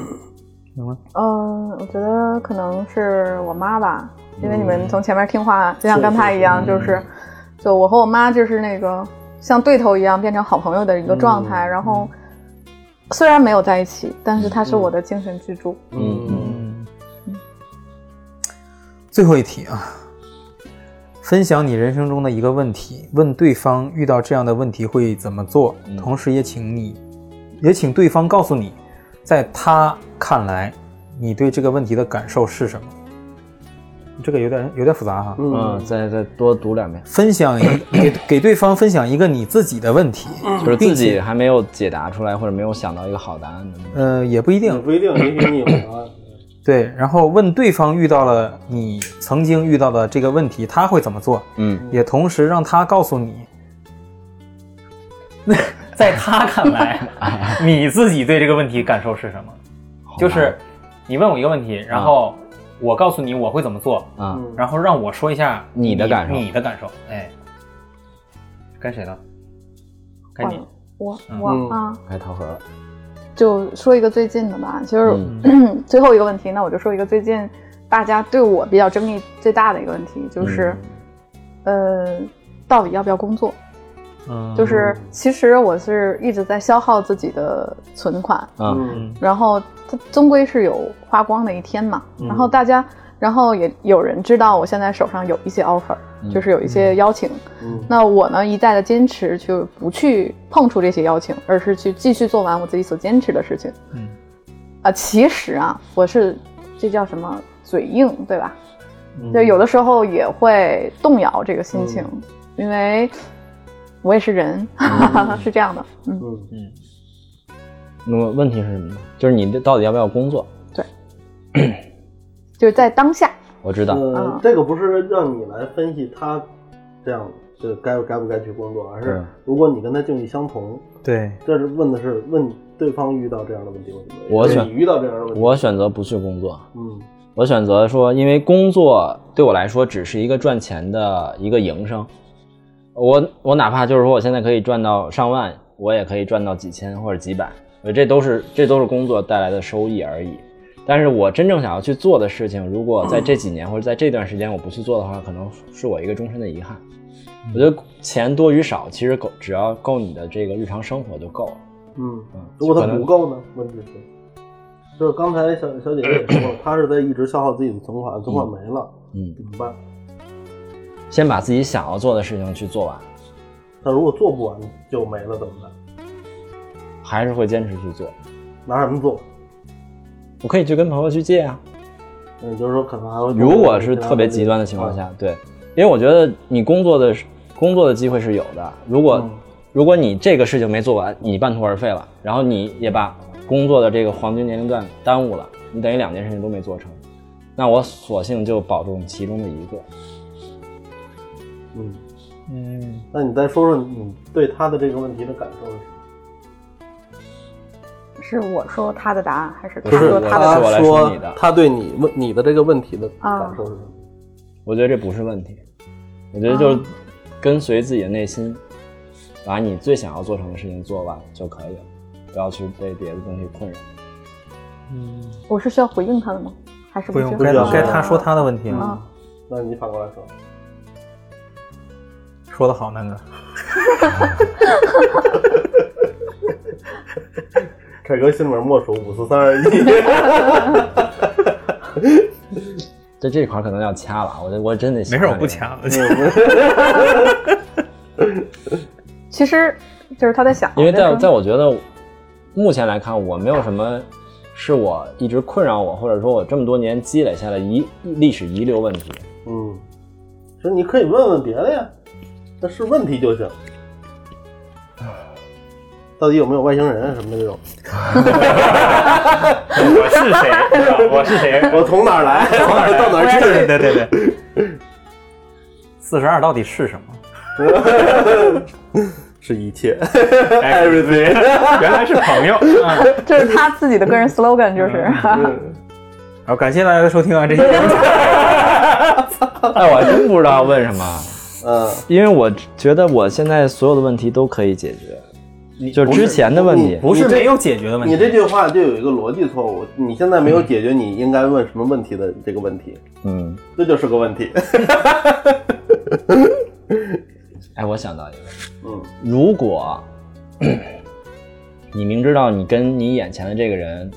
[SPEAKER 1] 明白。
[SPEAKER 4] 嗯，我觉得可能是我妈吧，因为你们从前面听话，就像跟她一样，就是，就我和我妈就是那个像对头一样变成好朋友的一个状态。然后虽然没有在一起，但是她是我的精神支柱。
[SPEAKER 2] 嗯
[SPEAKER 1] 嗯，最后一题啊，分享你人生中的一个问题，问对方遇到这样的问题会怎么做，
[SPEAKER 2] 嗯
[SPEAKER 1] 同时也请你，也请对方告诉你，在他看来，你对这个问题的感受是什么。这个有点有点复杂哈。
[SPEAKER 2] 嗯，
[SPEAKER 3] 嗯
[SPEAKER 2] 再再多读两遍，
[SPEAKER 1] 分享一给给对方分享一个你自己的问题，
[SPEAKER 2] 就是
[SPEAKER 1] 嗯并
[SPEAKER 2] 自己
[SPEAKER 1] 且
[SPEAKER 2] 还没有解答出来，或者没有想到一个好答案的那种。
[SPEAKER 1] 呃也不一定
[SPEAKER 3] 啊也，不一定，也许你有答案。
[SPEAKER 1] 对，然后问对方遇到了你曾经遇到的这个问题，他会怎么做，
[SPEAKER 2] 嗯，
[SPEAKER 1] 也同时让他告诉你， 在他看 来，你自己对这个问题感受是什么？
[SPEAKER 2] 好
[SPEAKER 1] 就是嗯你问我一个问题，然后我告诉你我会怎么做，
[SPEAKER 2] 吧啊，
[SPEAKER 3] 嗯，
[SPEAKER 1] 然后让我说一下
[SPEAKER 2] 你的感受
[SPEAKER 1] 你的感受，哎，该谁了？该你
[SPEAKER 4] 我。我
[SPEAKER 1] 嗯
[SPEAKER 4] 我啊，
[SPEAKER 2] 该桃核了，
[SPEAKER 4] 就说一个最近的吧，其实
[SPEAKER 2] 嗯
[SPEAKER 4] 最后一个问题，那我就说一个最近大家对我比较争议最大的一个问题，就是，呃，到底要不要工作？
[SPEAKER 1] 嗯，
[SPEAKER 4] 就是其实我是一直在消耗自己的存款，
[SPEAKER 2] 啊，
[SPEAKER 3] 嗯
[SPEAKER 4] 然后它终归是有花光的一天嘛。
[SPEAKER 2] 嗯
[SPEAKER 4] 然后大家，然后也有人知道我现在手上有一些 offer，
[SPEAKER 2] 嗯
[SPEAKER 4] 就是有一些邀请。
[SPEAKER 3] 嗯
[SPEAKER 4] 那我呢一再的坚持，就不去碰触这些邀请，而是去继续做完我自己所坚持的事情。
[SPEAKER 1] 嗯，
[SPEAKER 4] 啊，其实啊，我是这叫什么嘴硬，对吧？
[SPEAKER 1] 嗯
[SPEAKER 4] 就有的时候也会动摇这个心情，因为我也是人， 是这样的。嗯，
[SPEAKER 3] 嗯
[SPEAKER 1] 嗯
[SPEAKER 2] 那么问题是什么呢？就是你到底要不要工作？
[SPEAKER 4] 就是在当下，
[SPEAKER 2] 我知道，
[SPEAKER 3] 呃
[SPEAKER 4] 嗯，
[SPEAKER 3] 这个不是让你来分析他这样这该该不该去工作，而是
[SPEAKER 2] 嗯
[SPEAKER 3] 如果你跟他境遇相同，
[SPEAKER 1] 对，
[SPEAKER 3] 这是问的是问对方遇到这样的问题会怎么样，
[SPEAKER 2] 我
[SPEAKER 3] 就是
[SPEAKER 2] 选
[SPEAKER 3] 你遇到这样的问题，
[SPEAKER 2] 我选择不去工作，
[SPEAKER 3] 嗯
[SPEAKER 2] 我选择说，因为工作对我来说只是一个赚钱的一个营生，我我哪怕就是说我现在可以赚到上万，我也可以赚到几千或者几百，我这都是这都是工作带来的收益而已。但是我真正想要去做的事情，如果在这几年或者在这段时间我不去做的话，可能是我一个终身的遗憾。我觉得钱多与少，其实够，只要够你的这个日常生活就够了。
[SPEAKER 3] 嗯。
[SPEAKER 2] 嗯，
[SPEAKER 3] 如果
[SPEAKER 2] 可
[SPEAKER 3] 他
[SPEAKER 2] 能
[SPEAKER 3] 不够呢？问题是，就是刚才小小姐姐 也说了，她是在一直消耗自己的存款，存款没了
[SPEAKER 2] 嗯，
[SPEAKER 3] 怎么办？
[SPEAKER 2] 先把自己想要做的事情去做完，
[SPEAKER 3] 那如果做不完就没了怎么办？
[SPEAKER 2] 还是会坚持去做。
[SPEAKER 3] 拿什么做？
[SPEAKER 2] 我可以去跟朋友去借啊。
[SPEAKER 3] 也嗯就是说，可能还会
[SPEAKER 2] 如果是特别极端的情
[SPEAKER 3] 啊
[SPEAKER 2] 况，下，对，因为我觉得你工作的工作的机会是有的。如果、
[SPEAKER 3] 嗯
[SPEAKER 2] 如果你这个事情没做完，你半途而废了，然后你也把工作的这个黄金年龄段耽误了，你等于两件事情都没做成，那我索性就保住其中的一个。
[SPEAKER 3] 嗯，
[SPEAKER 1] 嗯，
[SPEAKER 3] 那你再说说你对他的这个问题的感受是什么？
[SPEAKER 4] 是我说他的答案，还是他
[SPEAKER 2] 不是
[SPEAKER 4] 说
[SPEAKER 2] 我
[SPEAKER 4] 他的答啊
[SPEAKER 2] 是
[SPEAKER 4] 案？
[SPEAKER 2] 我来说你的
[SPEAKER 3] 他对你问你的这个问题的感受是什么？
[SPEAKER 2] 我觉得这不是问题，我觉得就是
[SPEAKER 4] 啊
[SPEAKER 2] 跟随自己的内心，把你最想要做成的事情做完就可以了，不要去被别的东西困扰。
[SPEAKER 4] 我是需要回应他的吗？还是
[SPEAKER 1] 不
[SPEAKER 4] 需
[SPEAKER 1] 用，
[SPEAKER 4] 要
[SPEAKER 1] 该
[SPEAKER 3] 不用
[SPEAKER 1] 该他说他的问题嗯了。
[SPEAKER 4] 啊
[SPEAKER 3] 那你反过来说，
[SPEAKER 1] 说的好，南哥。
[SPEAKER 3] 凯哥心里面默数五四三二 一。
[SPEAKER 2] 在这块儿可能要掐了，我得我真得
[SPEAKER 1] 没事，我不
[SPEAKER 2] 掐这个。
[SPEAKER 1] 掐了。
[SPEAKER 4] 其实就是他在想，
[SPEAKER 2] 因为
[SPEAKER 4] 就
[SPEAKER 2] 在
[SPEAKER 4] 是
[SPEAKER 2] 在我觉得，目前来看，我没有什么是我一直困扰我，或者说我这么多年积累下来遗历史遗留问题。
[SPEAKER 3] 嗯，其实你可以问问别的呀，那是问题就行。到底有没有外星人啊什么的这种？
[SPEAKER 1] 我是谁？是吧我是谁？
[SPEAKER 3] 我从哪儿来？到哪儿
[SPEAKER 1] 对
[SPEAKER 3] 去？
[SPEAKER 1] 对对对。四十二到底是什么？
[SPEAKER 3] 是一切。
[SPEAKER 1] 哎，原来是朋友。嗯
[SPEAKER 4] 就是他自己的个人 slogan，就是
[SPEAKER 3] 嗯
[SPEAKER 1] 好，感谢大家的收听啊！这些哦
[SPEAKER 2] 哎，我还真不知道问什么，
[SPEAKER 3] 嗯，
[SPEAKER 2] 因为我觉得我现在所有的问题都可以解决，就是之前的问题。
[SPEAKER 1] 不是没有解决的问
[SPEAKER 3] 你这
[SPEAKER 1] 题。
[SPEAKER 3] 句话就有一个逻辑错误，你现在没有解决你应该问什么问题的这个问题，
[SPEAKER 2] 嗯，
[SPEAKER 3] 这就是个问题。
[SPEAKER 2] 哎，我想到一个，
[SPEAKER 3] 嗯
[SPEAKER 2] 如果你明知道你跟你眼前的这个人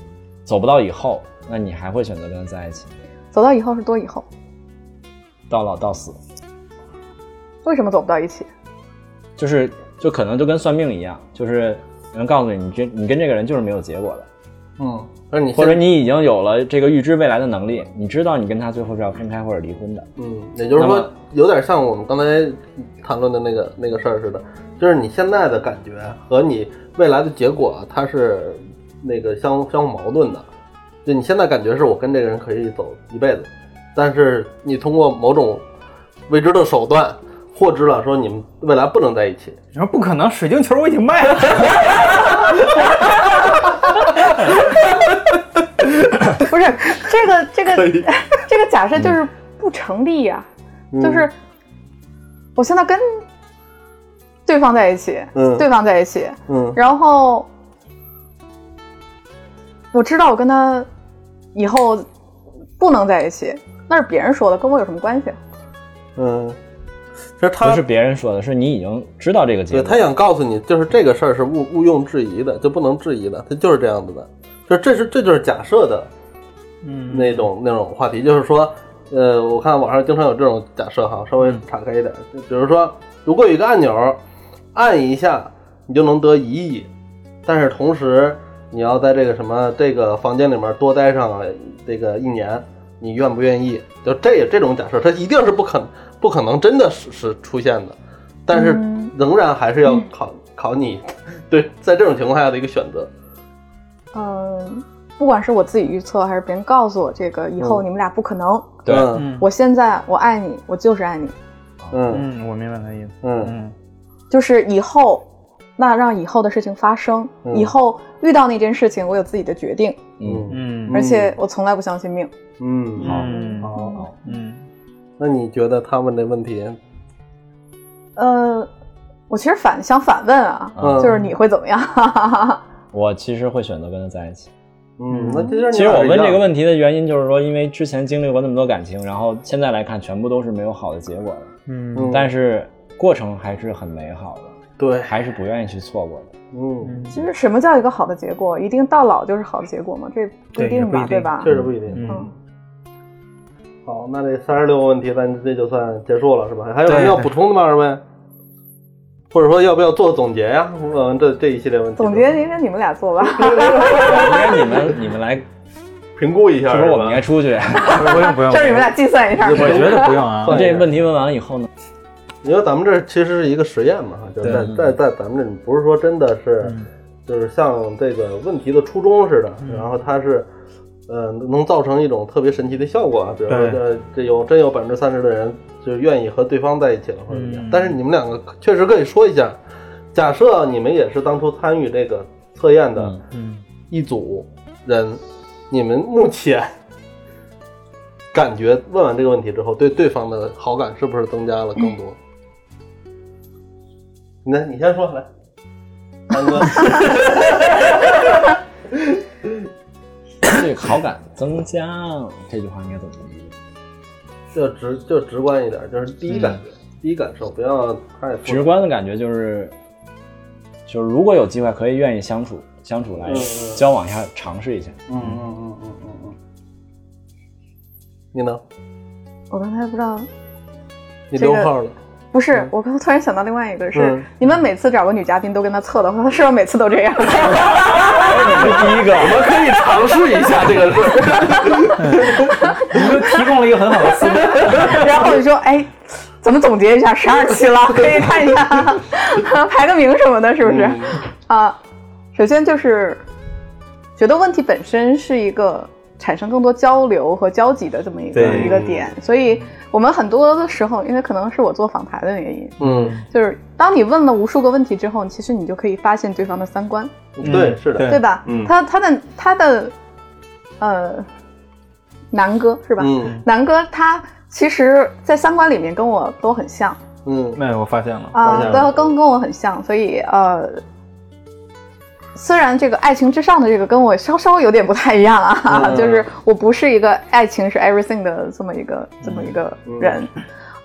[SPEAKER 2] 走不到以后，那你还会选择跟他在一起，
[SPEAKER 4] 走到以后是多以后，
[SPEAKER 2] 到老到死。
[SPEAKER 4] 为什么走不到一起？
[SPEAKER 2] 就是就可能就跟算命一样，就是能告诉你，你这你跟这个人就是没有结果的，
[SPEAKER 3] 嗯，而你
[SPEAKER 2] 或
[SPEAKER 3] 现
[SPEAKER 2] 者你已经有了这个预知未来的能力，你知道你跟他最后是要分开或者离婚的。
[SPEAKER 3] 嗯，也就是
[SPEAKER 2] 那
[SPEAKER 3] 说
[SPEAKER 2] 么，
[SPEAKER 3] 有点像我们刚才谈论的那个那个事儿似的，就是你现在的感觉和你未来的结果，它是那个相相互矛盾的。就你现在感觉是我跟这个人可以走一辈子，但是你通过某种未知的手段获知了说你们未来不能在一起，
[SPEAKER 1] 你说不可能，水晶球我已经卖了。
[SPEAKER 4] 不是这个这
[SPEAKER 3] 可
[SPEAKER 4] 个
[SPEAKER 3] 以
[SPEAKER 4] 这个假设就是不成立呀、
[SPEAKER 3] 嗯
[SPEAKER 4] 就是我现在跟对方在一起，
[SPEAKER 3] 嗯
[SPEAKER 4] 对方在一起，
[SPEAKER 3] 嗯
[SPEAKER 4] 然后我知道我跟他以后不能在一起，那是别人说的，跟我有什么关系？啊
[SPEAKER 3] 嗯，其实
[SPEAKER 2] 不
[SPEAKER 3] 他
[SPEAKER 2] 是别人说的，是你已经知道这个结
[SPEAKER 3] 对
[SPEAKER 2] 果。
[SPEAKER 3] 他想告诉你，就是这个事儿是毋毋庸置疑的，就不能质疑的，他就是这样子的，就这是这就是假设的
[SPEAKER 1] 嗯，
[SPEAKER 3] 那种那种话题，就是说，呃，我看网上经常有这种假设哈，稍微岔开一点，就比如说，如果有一个按钮，按一下你就能得一亿，但是同时你要在这个什么这个房间里面多待上这个一年，你愿不愿意？就这这种假设，它一定是不可不可能真的是是出现的，但是
[SPEAKER 4] 嗯
[SPEAKER 3] 仍然还是要考、考你，对，在这种情况下的一个选择，
[SPEAKER 4] 嗯，不管是我自己预测还是别人告诉我这个，以后
[SPEAKER 3] 嗯
[SPEAKER 4] 你们俩不可能。
[SPEAKER 2] 对
[SPEAKER 3] 嗯
[SPEAKER 1] 嗯
[SPEAKER 4] 我现在我爱你，我就是爱你，
[SPEAKER 3] 嗯
[SPEAKER 1] 嗯，我明白他的意思。
[SPEAKER 3] 嗯
[SPEAKER 1] 嗯
[SPEAKER 4] 就是以后，那让以后的事情发生，
[SPEAKER 3] 嗯
[SPEAKER 4] 以后遇到那件事情，我有自己的决定，
[SPEAKER 2] 嗯，
[SPEAKER 1] 嗯
[SPEAKER 4] 而且我从来不相信命。
[SPEAKER 3] 嗯
[SPEAKER 2] 好
[SPEAKER 1] 嗯
[SPEAKER 2] 好好，
[SPEAKER 1] 嗯，
[SPEAKER 3] 那你觉得他问这问题，
[SPEAKER 4] 呃，我其实反想反问啊，
[SPEAKER 3] 嗯
[SPEAKER 4] 就是你会怎么样？
[SPEAKER 2] 哦我其实会选择跟他在一起。
[SPEAKER 3] 嗯，那其实
[SPEAKER 2] 其实我问这个问
[SPEAKER 3] 题，
[SPEAKER 2] 题的原因就是说，因为之前经历过那么多感情，然后现在来看，全部都是没有好的结果的。
[SPEAKER 1] 嗯
[SPEAKER 2] 但是过程还是很美好的，
[SPEAKER 3] 对，
[SPEAKER 2] 还是不愿意去错过的。
[SPEAKER 3] 嗯，
[SPEAKER 4] 其实什么叫一个好的结果？一定到老就是好的结果吗？这不
[SPEAKER 1] 对也
[SPEAKER 4] 定
[SPEAKER 1] 不一
[SPEAKER 4] 吧，
[SPEAKER 1] 定
[SPEAKER 4] 对吧？
[SPEAKER 3] 确实不一定。
[SPEAKER 1] 嗯，
[SPEAKER 3] 好，那这三十六个问题，咱这就算结束了，是吧？还有什么要
[SPEAKER 1] 对
[SPEAKER 3] 补充的吗，二位？或者说要不要做总结呀？我们这这一系列问题，
[SPEAKER 4] 总结应该你们俩 做吧。
[SPEAKER 1] 嗯
[SPEAKER 2] 应该你们你们来，是
[SPEAKER 3] 评估一下，
[SPEAKER 2] 不是我
[SPEAKER 3] 吧
[SPEAKER 2] 们应该出去？
[SPEAKER 1] 不用不用，
[SPEAKER 4] 这是你们俩计算一下
[SPEAKER 3] 不。
[SPEAKER 1] 我觉得不用啊。
[SPEAKER 3] 对
[SPEAKER 2] 这问题问完了以后呢？
[SPEAKER 3] 因为咱们这其实是一个实验嘛，哈，就是在在在咱们这里不是说真的是，
[SPEAKER 1] 嗯
[SPEAKER 3] 就是像这个问题的初衷似的，然后它是，呃，能造成一种特别神奇的效果啊，比如说
[SPEAKER 1] 对
[SPEAKER 3] 这这有真有百分之三十的人就愿意和对方在一起了或者怎么样
[SPEAKER 1] 嗯，
[SPEAKER 3] 但是你们两个确实可以说一下，假设你们也是当初参与这个测验的
[SPEAKER 2] 嗯
[SPEAKER 1] 嗯，
[SPEAKER 3] 一组人，你们目前。感觉问完这个问题之后，对对方的好感是不是增加了更多？嗯你来，你先说来，安 哥，
[SPEAKER 2] 这个好感增加啊这句话应该怎么理解？
[SPEAKER 3] 就直就直观一点，就是第一感觉，第一感受，不要太复杂
[SPEAKER 2] 直。观的感觉就是，就是如果有机会可以愿意相处相处来
[SPEAKER 3] 嗯
[SPEAKER 2] 交往一下，尝试一下。
[SPEAKER 3] 嗯嗯嗯嗯嗯嗯。你呢？
[SPEAKER 4] 我刚才不知道，
[SPEAKER 3] 你
[SPEAKER 4] 这个
[SPEAKER 3] 溜号 了？
[SPEAKER 4] 不
[SPEAKER 1] 嗯
[SPEAKER 4] 是，我刚才突然想到另外一个是
[SPEAKER 3] 嗯，
[SPEAKER 4] 你们每次找个女嘉宾都跟她测的话，是不是每次都 这样？
[SPEAKER 2] 这是第一个，
[SPEAKER 3] 我们可以尝试一下这个事儿。
[SPEAKER 1] 你们提供了一个很好的思路。
[SPEAKER 4] 然后你说，哎，怎么总结一下？十二 期了，可以看一下，排个名什么 的，是不是？啊，首先就是觉得问题本身是一个产生更多交流和交集的这么一个
[SPEAKER 1] 对
[SPEAKER 4] 一个点，所以我们很多的时候，因为可能是我做访谈的原因，
[SPEAKER 3] 嗯，
[SPEAKER 4] 就是当你问了无数个问题之后，其实你就可以发现对方的三观，
[SPEAKER 3] 嗯对，是的，
[SPEAKER 1] 对
[SPEAKER 4] 对吧？
[SPEAKER 3] 嗯
[SPEAKER 4] 他他的他的呃，南哥是吧？
[SPEAKER 3] 嗯
[SPEAKER 4] 南哥他其实，在三观里面跟我都很像
[SPEAKER 3] 嗯
[SPEAKER 1] 那我发现了，
[SPEAKER 4] 啊
[SPEAKER 3] 我想，
[SPEAKER 4] 都跟跟我很像，所以呃，虽然这个爱情至上的这个跟我稍稍微有点不太一样啊，
[SPEAKER 3] 嗯
[SPEAKER 4] 就是我不是一个爱情是 everything 的这么一个这么一个
[SPEAKER 3] 嗯
[SPEAKER 4] 人，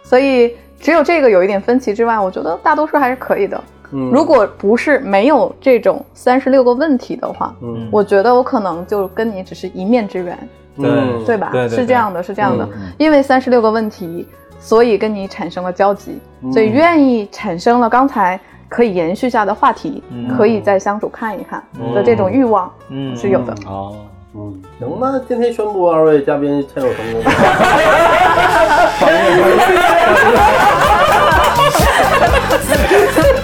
[SPEAKER 4] 所以只有这个有一点分歧之外，我觉得大多数还是可以的。
[SPEAKER 3] 嗯。
[SPEAKER 4] 如果不是没有这种三十六个问题的话，
[SPEAKER 3] 嗯
[SPEAKER 4] 我觉得我可能就跟你只是一面之缘，
[SPEAKER 3] 嗯
[SPEAKER 4] 对吧？
[SPEAKER 1] 对对
[SPEAKER 4] 是这样的，是这样的。
[SPEAKER 3] 嗯
[SPEAKER 4] 因为三十六个问题，所以跟你产生了交集，
[SPEAKER 1] 嗯
[SPEAKER 4] 所以愿意产生了刚才可以延续下的话题，
[SPEAKER 1] 嗯
[SPEAKER 4] 可以再相处看一看
[SPEAKER 1] 嗯
[SPEAKER 4] 的这种欲望
[SPEAKER 1] 嗯，
[SPEAKER 4] 是有的。
[SPEAKER 2] 哦，
[SPEAKER 3] 嗯，行，那今天宣布二位嘉宾签有成功。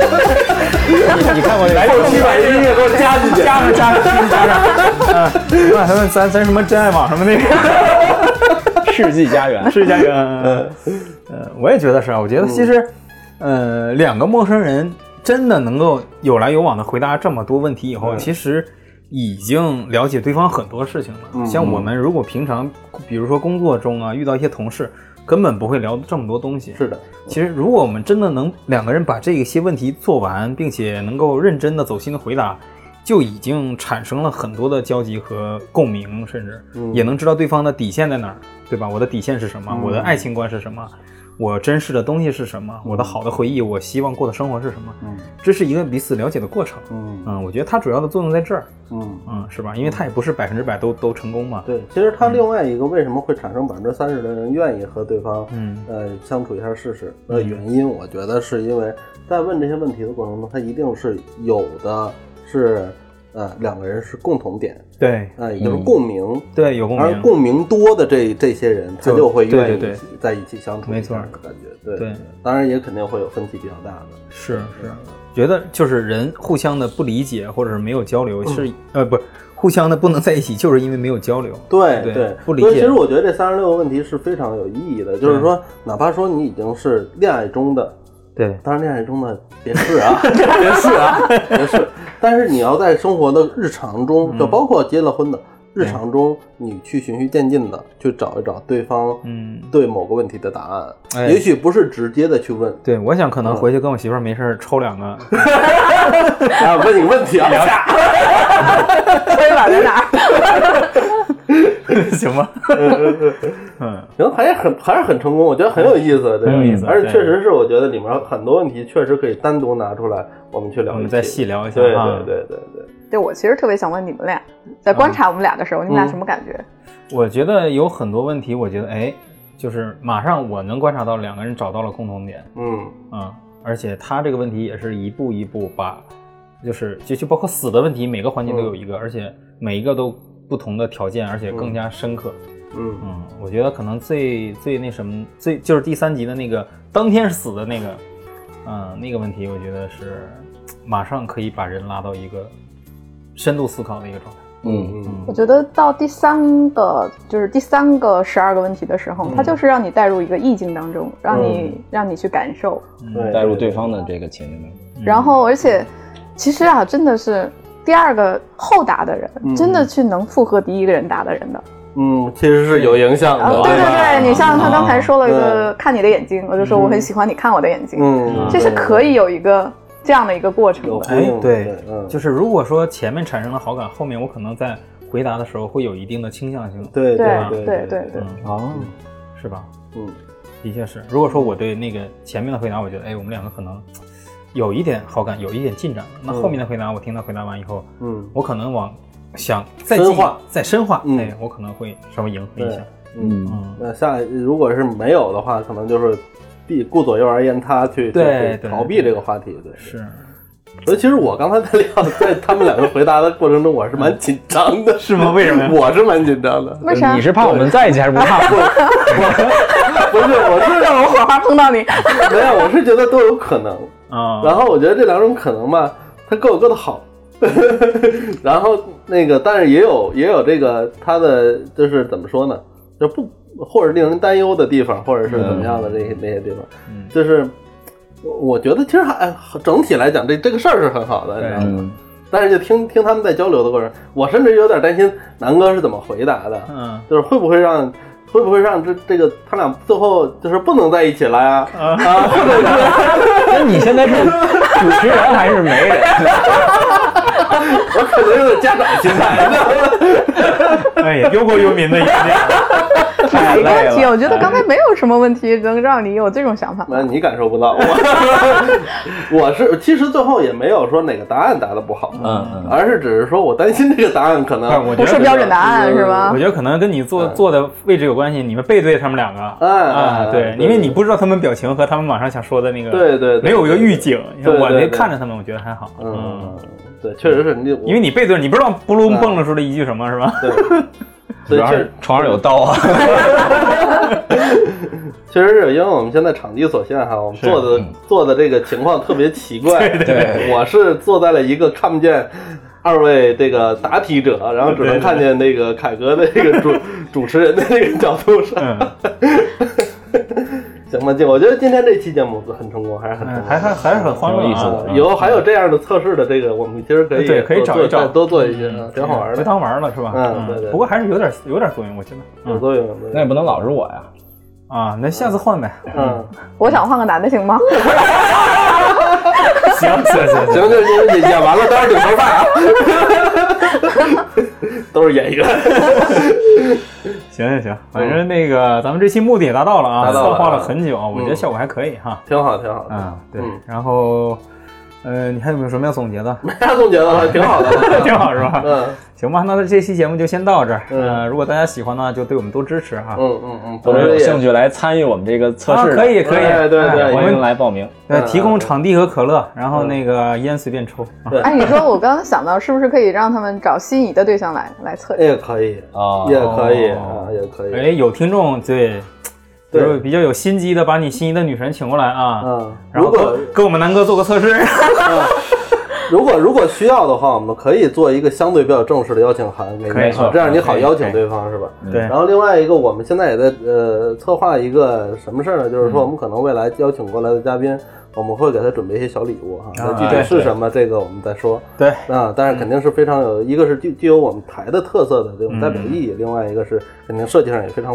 [SPEAKER 2] 你看我来
[SPEAKER 1] 后期把音乐给我加进去，加上加上加上，啊，你把他们咱咱什么真爱网什么那个。
[SPEAKER 2] 世纪家 园，
[SPEAKER 1] 是家园。嗯，呃我也觉得是啊。我觉得其实，呃，两个陌生人真的能够有来有往的回答这么多问题以后，
[SPEAKER 3] 嗯
[SPEAKER 1] 其实已经了解对方很多事情了。
[SPEAKER 3] 嗯
[SPEAKER 1] 像我们如果平常，比如说工作中啊，遇到一些同事，根本不会聊这么多东西。
[SPEAKER 3] 是的，
[SPEAKER 1] 其实，如果我们真的能两个人把这些问题做完，并且能够认真的、走心的回答，就已经产生了很多的交集和共鸣，甚至
[SPEAKER 3] 嗯
[SPEAKER 1] 也能知道对方的底线在哪儿，对吧？我的底线是什么？
[SPEAKER 3] 嗯
[SPEAKER 1] 我的爱情观是什么？我珍视的东西是什么？我的好的回忆，我希望过的生活是什么？
[SPEAKER 3] 嗯
[SPEAKER 1] 这是一个彼此了解的过程。
[SPEAKER 3] 嗯
[SPEAKER 1] 嗯，我觉得它主要的作用在这儿，
[SPEAKER 3] 嗯，
[SPEAKER 1] 嗯，是吧？因为它也不是百分之百都都成功嘛。
[SPEAKER 3] 对，其实他另外一个为什么会产生百分之三十的人愿意和对方
[SPEAKER 1] 嗯
[SPEAKER 3] 呃相处一下试试的
[SPEAKER 1] 嗯
[SPEAKER 3] 原因，我觉得是因为在问这些问题的过程中，他一定是有的是呃两个人是共同点，
[SPEAKER 1] 对
[SPEAKER 3] 呃也就是
[SPEAKER 2] 嗯
[SPEAKER 3] 共鸣，
[SPEAKER 1] 对，有共
[SPEAKER 3] 而
[SPEAKER 1] 鸣。
[SPEAKER 3] 共鸣多的这这些人，他
[SPEAKER 1] 就
[SPEAKER 3] 就会
[SPEAKER 1] 对
[SPEAKER 3] 愿意
[SPEAKER 1] 对
[SPEAKER 3] 一起在一起相处，
[SPEAKER 1] 没错
[SPEAKER 3] 感觉对
[SPEAKER 1] 对，
[SPEAKER 3] 当然也肯定会有分歧比较大的，
[SPEAKER 1] 是是，觉得就是人互相的不理解或者是没有交
[SPEAKER 3] 嗯
[SPEAKER 1] 流，是呃不互相的不能在一起，就是因为没有交流。对
[SPEAKER 3] 对
[SPEAKER 1] 不理
[SPEAKER 3] 所以
[SPEAKER 1] 解
[SPEAKER 3] 其实我觉得这三十六个问题是非常有意义的，就是说，哪怕说你已经是恋爱中的，
[SPEAKER 1] 对，
[SPEAKER 3] 当然恋爱中的别是 啊，别是啊，别是，但是你要在生活的日常
[SPEAKER 1] 嗯
[SPEAKER 3] 中，就包括结了婚的日常中，你去循序渐进的去找一找对方
[SPEAKER 1] 嗯，
[SPEAKER 3] 对某个问题的答案，
[SPEAKER 1] 哎
[SPEAKER 3] 也许不是直接的去问，
[SPEAKER 1] 对我想可
[SPEAKER 3] 嗯
[SPEAKER 1] 能回去跟我媳妇儿没事儿抽两 个，
[SPEAKER 3] 啊，问你个问题 啊，
[SPEAKER 4] 推碗在哪儿？
[SPEAKER 1] 行 吗？ 嗯
[SPEAKER 3] 行，还是很还是很成功，我觉得很有意思，这个
[SPEAKER 1] 很有意思
[SPEAKER 3] 而且
[SPEAKER 1] 对
[SPEAKER 3] 确实是我觉得里面很多问题确实可以单独拿出来，我们去聊
[SPEAKER 1] 我
[SPEAKER 3] 一起，
[SPEAKER 1] 们再细聊一下
[SPEAKER 3] 对
[SPEAKER 1] 啊
[SPEAKER 3] 对。对对对，
[SPEAKER 4] 对，我其实特别想问你们俩，在观察我们俩的时候，你们俩
[SPEAKER 3] 嗯
[SPEAKER 4] 什么感觉？
[SPEAKER 1] 我觉得有很多问题，我觉得哎，就是马上我能观察到两个人找到了共同点，
[SPEAKER 3] 嗯
[SPEAKER 1] 嗯，而且他这个问题也是一步一步把，就是就就包括死的问题，每个环
[SPEAKER 3] 嗯
[SPEAKER 1] 节都有一个，而且每一个都不同的条件，而且更加深刻。
[SPEAKER 3] 嗯
[SPEAKER 1] 嗯，我觉得可能最最那什么，最就是第三集的那个当天死的那个，嗯，那个问题，我觉得是马上可以把人拉到一个深度思考的一个状态。
[SPEAKER 2] 嗯，
[SPEAKER 3] 嗯
[SPEAKER 4] 我觉得到第三个，就是第三个十二个问题的时
[SPEAKER 1] 嗯
[SPEAKER 4] 候，它就是让你带入一个意境当中，让你让你去感受，
[SPEAKER 1] 嗯，
[SPEAKER 3] 对
[SPEAKER 2] 带入对方的这个情境中，
[SPEAKER 1] 嗯
[SPEAKER 4] 然后而且其实啊，真的是第二个后答的人，
[SPEAKER 3] 嗯
[SPEAKER 4] 真的去能复合第一个人答的人的。
[SPEAKER 3] 嗯，其实是有影响
[SPEAKER 4] 啊，
[SPEAKER 3] 的，
[SPEAKER 4] 对对
[SPEAKER 3] 吧
[SPEAKER 4] 对，你像他刚才说了一个
[SPEAKER 3] 嗯
[SPEAKER 4] 看你的眼睛，我就说我很喜欢你看我的眼睛，
[SPEAKER 1] 啊
[SPEAKER 3] 嗯，
[SPEAKER 4] 这是可以有一个这样的一个过程
[SPEAKER 3] 有
[SPEAKER 4] 的。
[SPEAKER 3] 呼应，
[SPEAKER 1] 哎对
[SPEAKER 3] 嗯，
[SPEAKER 1] 就是如果说前面产生了好感，后面我可能在回答的时候会有一定的倾向性，
[SPEAKER 3] 对
[SPEAKER 4] 对
[SPEAKER 3] 对
[SPEAKER 4] 对对，
[SPEAKER 1] 嗯，
[SPEAKER 2] 哦，
[SPEAKER 1] 是吧？
[SPEAKER 3] 嗯
[SPEAKER 1] 的确是。如果说我对那个前面的回答，我觉得哎，我们两个可能有一点好感，有一点进展，那后面的回答我听他回答完以后。
[SPEAKER 3] 嗯
[SPEAKER 1] 我可能往想再
[SPEAKER 3] 深
[SPEAKER 1] 进
[SPEAKER 3] 化
[SPEAKER 1] 再深化，
[SPEAKER 3] 嗯
[SPEAKER 1] 哎，我可能会稍微迎合一下。
[SPEAKER 2] 嗯，
[SPEAKER 1] 嗯，
[SPEAKER 3] 那下如果是没有的话，可能就是避顾左右而言他，去
[SPEAKER 1] 对
[SPEAKER 3] 去
[SPEAKER 1] 对
[SPEAKER 3] 逃避这个话题，对，
[SPEAKER 1] 是，
[SPEAKER 3] 所以其实我刚才在聊，在他们两个回答的过程中，我是蛮紧张的，是
[SPEAKER 1] 嗯吗为什么呀
[SPEAKER 3] 我是蛮紧张的，
[SPEAKER 4] 为
[SPEAKER 1] 啊
[SPEAKER 4] 啥？
[SPEAKER 2] 你是怕我们在一起还是不 怕？
[SPEAKER 3] 不是，我是
[SPEAKER 4] 让我火花碰到你，
[SPEAKER 3] 没有，我是觉得都有可能。
[SPEAKER 1] 啊，
[SPEAKER 3] 然后我觉得这两种可能吧，它各有各的好。 然后那个，但是也有也有这个它的就是怎么说呢，就不或者令人担忧的地方，或者是怎么样的这些那些地方，
[SPEAKER 1] 嗯
[SPEAKER 3] 就是我我觉得其实还哎整体来讲，这这个事儿是很好的，你知道吗？
[SPEAKER 2] 嗯，
[SPEAKER 3] 但是就听听他们在交流的过程，我甚至有点担心南哥是怎么回答的，
[SPEAKER 1] 嗯，
[SPEAKER 3] 就是会不会让会不会让这这个他俩最后就是不能在一起了呀？
[SPEAKER 1] 嗯
[SPEAKER 3] 啊，或者是
[SPEAKER 2] 那你现在是主持人还是媒人？
[SPEAKER 3] 我可能有点家长心态，
[SPEAKER 1] 哎，忧国忧民的一啊面。
[SPEAKER 3] 哎
[SPEAKER 4] 哪一个问
[SPEAKER 2] 太累
[SPEAKER 4] 题？
[SPEAKER 2] 了
[SPEAKER 4] 我觉
[SPEAKER 1] 哎
[SPEAKER 4] 得刚才没有什么问题能让你有这种想法。
[SPEAKER 3] 那你感受不到，我我 是其实最后也没有说哪个答案答的不好，
[SPEAKER 2] 嗯嗯
[SPEAKER 3] 而是只是说我担心这个答案 可
[SPEAKER 1] 哎
[SPEAKER 3] 能
[SPEAKER 1] 我觉
[SPEAKER 4] 不
[SPEAKER 1] 得
[SPEAKER 4] 是标准答案是吗
[SPEAKER 1] 哎我？觉得可能跟你坐坐的位置有关系，你们背对他们两个，
[SPEAKER 3] 哎
[SPEAKER 1] 啊，
[SPEAKER 3] 哎
[SPEAKER 1] 对，
[SPEAKER 3] 对
[SPEAKER 1] 因为你不知道他们表情和他们马上想说的那个，
[SPEAKER 3] 对对对
[SPEAKER 1] 没有一个预警。你看
[SPEAKER 3] 对对
[SPEAKER 1] 我那
[SPEAKER 3] 对
[SPEAKER 1] 看着他们，我觉得还好，
[SPEAKER 3] 嗯，，对，确实是你，
[SPEAKER 1] 因为你背对，你不知道布鲁蹦了出来一句什么，是吧？
[SPEAKER 2] 嗯
[SPEAKER 3] 对，所以确实
[SPEAKER 2] 床上有刀啊！
[SPEAKER 3] 确实是因为我们现在场地所限哈，我们
[SPEAKER 2] 是
[SPEAKER 3] 做的、
[SPEAKER 2] 嗯
[SPEAKER 3] 做的这个情况特别奇 怪。
[SPEAKER 1] 对对
[SPEAKER 2] 对
[SPEAKER 3] 我是坐在了一个看不见二位这个答题者，然后只能看见那个凯哥的那 个主主持人的那个角度上。
[SPEAKER 1] 嗯，
[SPEAKER 3] 行吧，就我觉得今天这期节目很成功，还是很
[SPEAKER 1] 嗯
[SPEAKER 3] 成功的
[SPEAKER 1] 还还还是很欢乐
[SPEAKER 2] 挺有意思
[SPEAKER 1] 啊
[SPEAKER 2] 的，
[SPEAKER 3] 啊以后还有这样的测试的这个，我们其实可以
[SPEAKER 1] 对可以
[SPEAKER 3] 多
[SPEAKER 1] 找
[SPEAKER 3] 做
[SPEAKER 1] 一找嗯
[SPEAKER 3] 再多做一些，挺好玩
[SPEAKER 1] 别
[SPEAKER 3] 的，
[SPEAKER 1] 当玩儿了是吧？
[SPEAKER 3] 嗯对对
[SPEAKER 1] 不过还是有点有点作用，我觉得。
[SPEAKER 3] 有
[SPEAKER 1] 嗯
[SPEAKER 3] 作用。有作
[SPEAKER 2] 那也
[SPEAKER 3] 用
[SPEAKER 2] 不能老是我呀。
[SPEAKER 1] 啊，那下次换呗。
[SPEAKER 3] 嗯，
[SPEAKER 4] 我想换个男的行吗？
[SPEAKER 1] 行行行
[SPEAKER 3] 行，就就演演完了，当然顶头发啊， 都是演员。
[SPEAKER 1] 行行行，反正那个咱们这期目的也达到了啊，
[SPEAKER 3] 达到了
[SPEAKER 1] 策划了很久，我觉得
[SPEAKER 3] 嗯
[SPEAKER 1] 效果还可以哈。
[SPEAKER 3] 挺好，挺好。
[SPEAKER 1] 啊，对
[SPEAKER 3] 嗯，
[SPEAKER 1] 然后，呃，你还有没有什么要总结的？
[SPEAKER 3] 没啥总结的，挺好的，
[SPEAKER 1] 挺好是吧？
[SPEAKER 3] 嗯
[SPEAKER 1] 行吧，那这期节目就先到这儿。
[SPEAKER 3] 嗯
[SPEAKER 1] 呃，如果大家喜欢呢，就对我们多支持哈。
[SPEAKER 3] 嗯嗯嗯，
[SPEAKER 2] 或者有兴
[SPEAKER 3] 趣，
[SPEAKER 2] 趣来参与我们这个测
[SPEAKER 1] 啊，
[SPEAKER 2] 试的，
[SPEAKER 1] 可以可以，
[SPEAKER 3] 哎对对
[SPEAKER 1] 哎我
[SPEAKER 2] 欢迎
[SPEAKER 1] 们
[SPEAKER 2] 来报名。
[SPEAKER 1] 呃
[SPEAKER 3] 嗯
[SPEAKER 1] 提供场地和可乐，然后那个烟随便抽。啊
[SPEAKER 3] 对
[SPEAKER 4] 哎，你说我刚刚想到，是不是可以让他们找心仪的对象来来测一下？
[SPEAKER 3] 也可以，
[SPEAKER 2] 啊
[SPEAKER 3] 也可以
[SPEAKER 1] 哦
[SPEAKER 3] 啊，也可以。
[SPEAKER 1] 哎，有听众对，
[SPEAKER 3] 对
[SPEAKER 1] 就是比较有心机的，把你心仪的女神请过来啊，
[SPEAKER 3] 嗯，
[SPEAKER 1] 然
[SPEAKER 3] 如
[SPEAKER 1] 后
[SPEAKER 3] 果
[SPEAKER 1] 跟跟我们南哥做个测试。
[SPEAKER 3] 如果如果需要的话，我们可以做一个相对比较正式的邀请函给你，
[SPEAKER 1] 可以
[SPEAKER 3] 这样你好
[SPEAKER 1] 可以
[SPEAKER 3] 邀
[SPEAKER 1] 可
[SPEAKER 3] 请
[SPEAKER 1] 以
[SPEAKER 3] 对方是吧？
[SPEAKER 2] 嗯
[SPEAKER 1] 对
[SPEAKER 3] 然，后另外一个，我们现在也在呃策划一个什么事儿呢？就是
[SPEAKER 1] 嗯
[SPEAKER 3] 说我们可能未来邀请过来的嘉宾，我们会给他准备一些小礼物哈。那
[SPEAKER 1] 啊
[SPEAKER 3] 具体
[SPEAKER 1] 对
[SPEAKER 3] 是什么，这个我们再说。
[SPEAKER 1] 对，
[SPEAKER 3] 啊，但是肯定是非常有，一个是具具有我们台的特色的这种代表意义，另外一个是肯定设计上也非常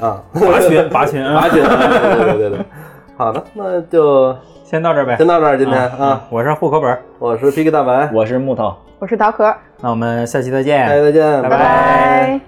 [SPEAKER 3] 啊，
[SPEAKER 1] 拔群拔群，啊
[SPEAKER 3] 拔群，对对对对。 好的，那就
[SPEAKER 1] 先到这儿呗
[SPEAKER 3] 先。到这儿，今天啊，
[SPEAKER 1] 我是户口本儿，
[SPEAKER 3] 我是 PK 大白，
[SPEAKER 2] 我是木头。
[SPEAKER 4] 我是桃壳，
[SPEAKER 1] 那我们下期再
[SPEAKER 3] 大
[SPEAKER 1] 见。
[SPEAKER 3] 家再见，
[SPEAKER 1] 拜拜
[SPEAKER 4] 拜。